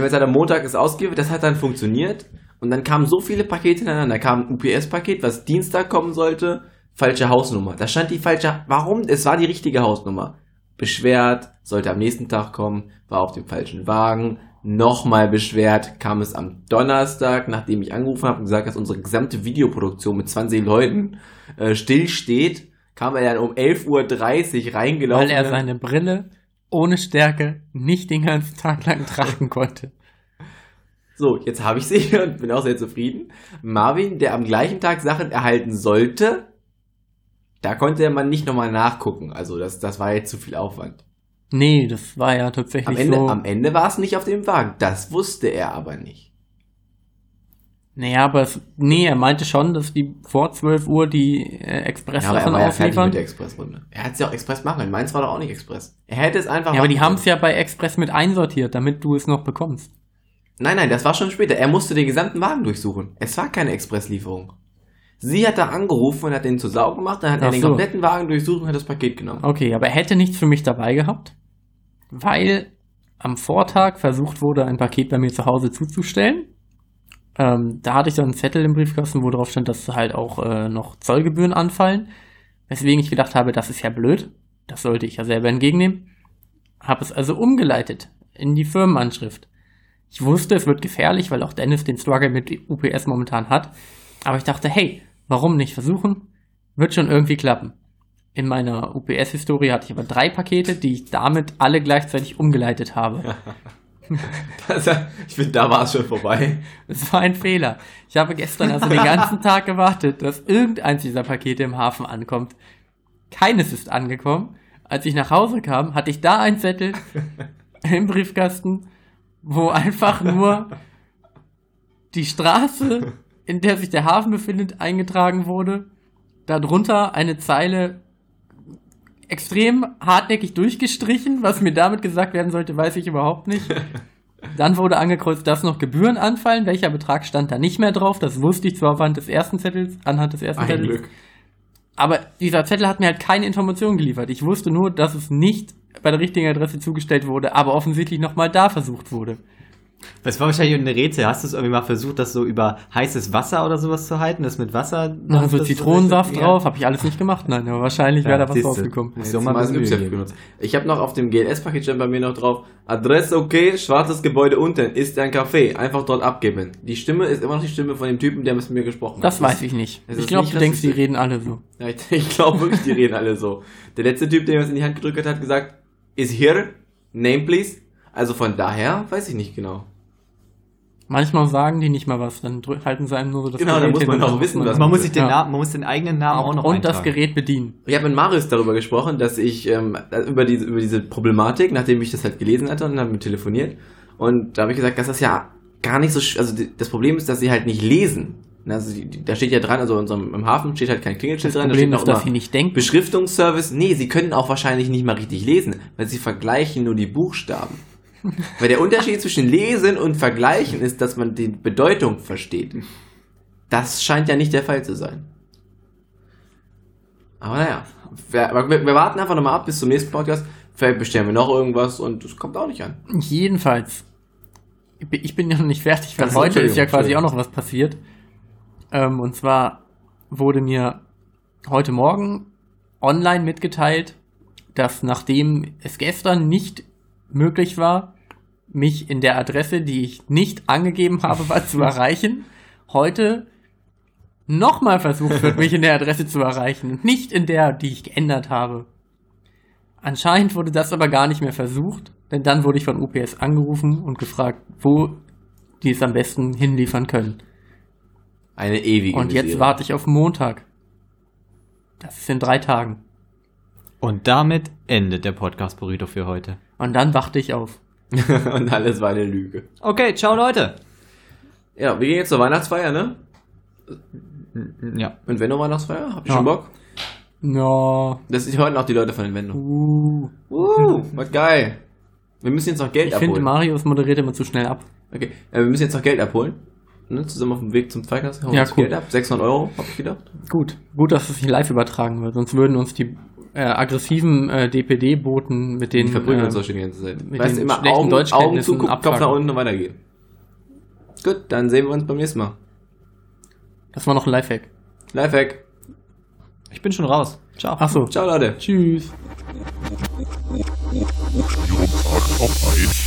[SPEAKER 1] hat er am Montag ist ausgeliefert, das hat dann funktioniert. Und dann kamen so viele Pakete hintereinander. Da kam ein UPS-Paket, was Dienstag kommen sollte, falsche Hausnummer. Da stand die falsche, warum? Es war die richtige Hausnummer. Beschwert, sollte am nächsten Tag kommen, war auf dem falschen Wagen. Nochmal beschwert, kam es am Donnerstag, nachdem ich angerufen habe und gesagt, dass unsere gesamte Videoproduktion mit 20 Leuten äh, stillsteht, kam er dann um 11.30 Uhr reingelaufen.
[SPEAKER 2] Weil er seine Brille ohne Stärke nicht den ganzen Tag lang tragen konnte.
[SPEAKER 1] So, jetzt habe ich sie und bin auch sehr zufrieden. Marvin, der am gleichen Tag Sachen erhalten sollte, da konnte man nicht nochmal nachgucken. Also das, das war jetzt zu viel Aufwand.
[SPEAKER 2] Nee, das war ja tatsächlich
[SPEAKER 1] Am Ende,
[SPEAKER 2] so.
[SPEAKER 1] am Ende war es nicht auf dem Wagen. Das wusste er aber nicht.
[SPEAKER 2] naja, aber es, nee, er meinte schon, dass die vor 12 Uhr die äh, Express
[SPEAKER 1] Ja, aber er
[SPEAKER 2] Sachen
[SPEAKER 1] war ja fertig
[SPEAKER 2] ausliefern.
[SPEAKER 1] mit der Expressrunde. Er hat es ja auch Express machen. können. Meins war doch auch nicht Express. Er hätte es einfach.
[SPEAKER 2] ja, aber die
[SPEAKER 1] machen
[SPEAKER 2] haben es ja bei Express mit einsortiert, damit du es noch bekommst.
[SPEAKER 1] Nein, nein, das war schon später. Er musste den gesamten Wagen durchsuchen. Es war keine Expresslieferung. Sie hat da angerufen und hat den zu saugen gemacht, dann hat er
[SPEAKER 2] Ach
[SPEAKER 1] den
[SPEAKER 2] so.
[SPEAKER 1] kompletten Wagen durchsucht und hat das Paket genommen.
[SPEAKER 2] Okay, aber er hätte nichts für mich dabei gehabt, weil am Vortag versucht wurde, ein Paket bei mir zu Hause zuzustellen. Ähm, da hatte ich dann einen Zettel im Briefkasten, wo drauf stand, dass halt auch äh, noch Zollgebühren anfallen. Weswegen ich gedacht habe, das ist ja blöd. Das sollte ich ja selber entgegennehmen. Habe es also umgeleitet. in die Firmenanschrift. Ich wusste, es wird gefährlich, weil auch Dennis den Struggle mit UPS momentan hat. Aber ich dachte, hey, warum nicht versuchen? Wird schon irgendwie klappen. In meiner UPS-Historie hatte ich aber drei Pakete, die ich damit alle gleichzeitig umgeleitet habe.
[SPEAKER 1] Also, ich finde, da war es schon vorbei.
[SPEAKER 2] Es war ein Fehler. Ich habe gestern also den ganzen Tag gewartet, dass irgendeins dieser Pakete im Hafen ankommt. Keines ist angekommen. Als ich nach Hause kam, hatte ich da einen Zettel im Briefkasten, wo einfach nur die Straße, in der sich der Hafen befindet, eingetragen wurde. Darunter eine Zeile extrem hartnäckig durchgestrichen. Was mir damit gesagt werden sollte, weiß ich überhaupt nicht. Dann wurde angekreuzt, dass noch Gebühren anfallen. Welcher Betrag stand da nicht mehr drauf? Das wusste ich zwar anhand des ersten Zettels, anhand des ersten
[SPEAKER 1] Ein
[SPEAKER 2] Zettels.
[SPEAKER 1] Glück.
[SPEAKER 2] Aber dieser Zettel hat mir halt keine Informationen geliefert. Ich wusste nur, dass es nicht bei der richtigen Adresse zugestellt wurde, aber offensichtlich nochmal da versucht wurde.
[SPEAKER 3] Das war wahrscheinlich ein Rätsel. Hast du es irgendwie mal versucht, das so über heißes Wasser oder sowas zu halten? Das mit Wasser?
[SPEAKER 2] Noch so
[SPEAKER 3] das-
[SPEAKER 2] Zitronensaft
[SPEAKER 3] Ja.
[SPEAKER 2] drauf, habe ich alles nicht gemacht. Nein, aber wahrscheinlich
[SPEAKER 3] Ja,
[SPEAKER 2] wäre da was
[SPEAKER 3] siehste.
[SPEAKER 2] rausgekommen.
[SPEAKER 3] Muss
[SPEAKER 1] Jetzt
[SPEAKER 3] doch mal
[SPEAKER 1] mal ein
[SPEAKER 3] Mühe
[SPEAKER 1] Y
[SPEAKER 3] geben.
[SPEAKER 1] benutzt. Ich habe noch auf dem GLS-Paket stand bei mir noch drauf, Adresse okay, schwarzes Gebäude unten, ist ein Café, einfach dort abgeben. Die Stimme ist immer noch die Stimme von dem Typen, der mit mir gesprochen hat.
[SPEAKER 2] Das weiß ich nicht.
[SPEAKER 1] es
[SPEAKER 2] Ich
[SPEAKER 1] ist
[SPEAKER 2] glaube,
[SPEAKER 1] nicht
[SPEAKER 2] du denkst, die
[SPEAKER 1] rassistisch.
[SPEAKER 2] reden alle so.
[SPEAKER 1] Ja, ich ich glaube wirklich, die reden alle so. Der letzte Typ, der mir was in die Hand gedrückt hat, hat gesagt, is here, name please. Also von daher weiß ich nicht genau.
[SPEAKER 2] Manchmal sagen die nicht mal was, dann drü- halten sie einem nur so das
[SPEAKER 1] Genau, dann muss
[SPEAKER 2] hin
[SPEAKER 1] man
[SPEAKER 2] und
[SPEAKER 1] auch wissen, was
[SPEAKER 3] Man muss sich den
[SPEAKER 2] Ja.
[SPEAKER 3] Namen, man muss den eigenen Namen auch noch
[SPEAKER 2] Und
[SPEAKER 3] eintragen.
[SPEAKER 2] das Gerät bedienen.
[SPEAKER 1] Ich habe mit Marius darüber gesprochen, dass ich ähm, über, diese, über diese Problematik, nachdem ich das halt gelesen hatte und dann mit telefoniert. Und da habe ich gesagt, dass das ja gar nicht so, sch- also die, das Problem ist, dass sie halt nicht lesen. Und Also die, die, da steht ja dran, also in unserem, im Hafen steht halt kein Klingelschild dran.
[SPEAKER 2] Problem
[SPEAKER 1] da
[SPEAKER 2] ist,
[SPEAKER 1] steht noch
[SPEAKER 2] dass sie
[SPEAKER 1] immer
[SPEAKER 2] nicht denken.
[SPEAKER 1] Beschriftungsservice. Nee, sie können auch wahrscheinlich nicht mal richtig lesen, weil sie vergleichen nur die Buchstaben. weil der Unterschied zwischen lesen und vergleichen ist, dass man die Bedeutung versteht. Das scheint ja nicht der Fall zu sein. Aber naja, wir, aber wir, wir warten einfach nochmal ab bis zum nächsten Podcast. Vielleicht bestellen wir noch irgendwas und es kommt auch nicht an.
[SPEAKER 2] Jedenfalls, ich bin- ich bin ja noch nicht fertig, weil
[SPEAKER 1] Ach so,
[SPEAKER 2] heute ist ja
[SPEAKER 1] Entschuldigung,
[SPEAKER 2] quasi auch noch was passiert. Ähm, und zwar wurde mir heute Morgen online mitgeteilt, dass nachdem es gestern nicht möglich war, mich in der Adresse, die ich nicht angegeben habe, war zu erreichen, heute nochmal versucht wird, mich in der Adresse zu erreichen und nicht in der, die ich geändert habe. Anscheinend wurde das aber gar nicht mehr versucht, denn dann wurde ich von UPS angerufen und gefragt, wo die es am besten hinliefern können.
[SPEAKER 1] Eine ewige
[SPEAKER 2] Und jetzt
[SPEAKER 1] Misere.
[SPEAKER 2] warte ich auf Montag. Das ist in drei Tagen.
[SPEAKER 3] Und damit endet der Podcast Burrito für heute.
[SPEAKER 2] Und dann wachte ich auf.
[SPEAKER 1] und alles war eine Lüge.
[SPEAKER 3] Okay, ciao Leute.
[SPEAKER 1] Ja, wir gehen jetzt zur Weihnachtsfeier, ne?
[SPEAKER 3] Ja.
[SPEAKER 1] Und wenn noch Weihnachtsfeier? Habt ihr
[SPEAKER 2] Ja.
[SPEAKER 1] schon Bock?
[SPEAKER 2] No.
[SPEAKER 1] Das sind heute noch die Leute von den Wendungen.
[SPEAKER 2] Uh.
[SPEAKER 1] Uh, was geil. Wir müssen jetzt noch Geld
[SPEAKER 2] Ich
[SPEAKER 1] abholen.
[SPEAKER 2] finde, Marius moderiert immer zu schnell ab.
[SPEAKER 1] okay, äh, wir müssen jetzt noch Geld abholen. Ne, zusammen auf dem Weg zum Zweikampf holen wir
[SPEAKER 2] Ja,
[SPEAKER 1] uns
[SPEAKER 2] cool.
[SPEAKER 1] Geld ab. 600 Euro, hab ich gedacht.
[SPEAKER 2] Gut. Gut, dass es nicht live übertragen wird, sonst würden uns die äh, aggressiven äh, DPD-Boten mit den
[SPEAKER 1] Die verprügeln
[SPEAKER 2] äh,
[SPEAKER 1] uns doch schon die ganze Zeit.
[SPEAKER 2] mit
[SPEAKER 1] Weißt du,
[SPEAKER 2] den
[SPEAKER 1] immer
[SPEAKER 2] schlechten
[SPEAKER 1] Augen, Augen
[SPEAKER 2] Deutschkenntnissen
[SPEAKER 1] zu, Kopf
[SPEAKER 2] abfacken.
[SPEAKER 1] nach unten und weitergehen. Gut, dann sehen wir uns beim nächsten Mal.
[SPEAKER 2] Das war noch ein Lifehack.
[SPEAKER 1] Lifehack.
[SPEAKER 3] Ich bin schon raus. Ciao.
[SPEAKER 2] Ach so.
[SPEAKER 1] Ciao, Leute.
[SPEAKER 2] Tschüss.
[SPEAKER 4] Jeden Tag auf ein.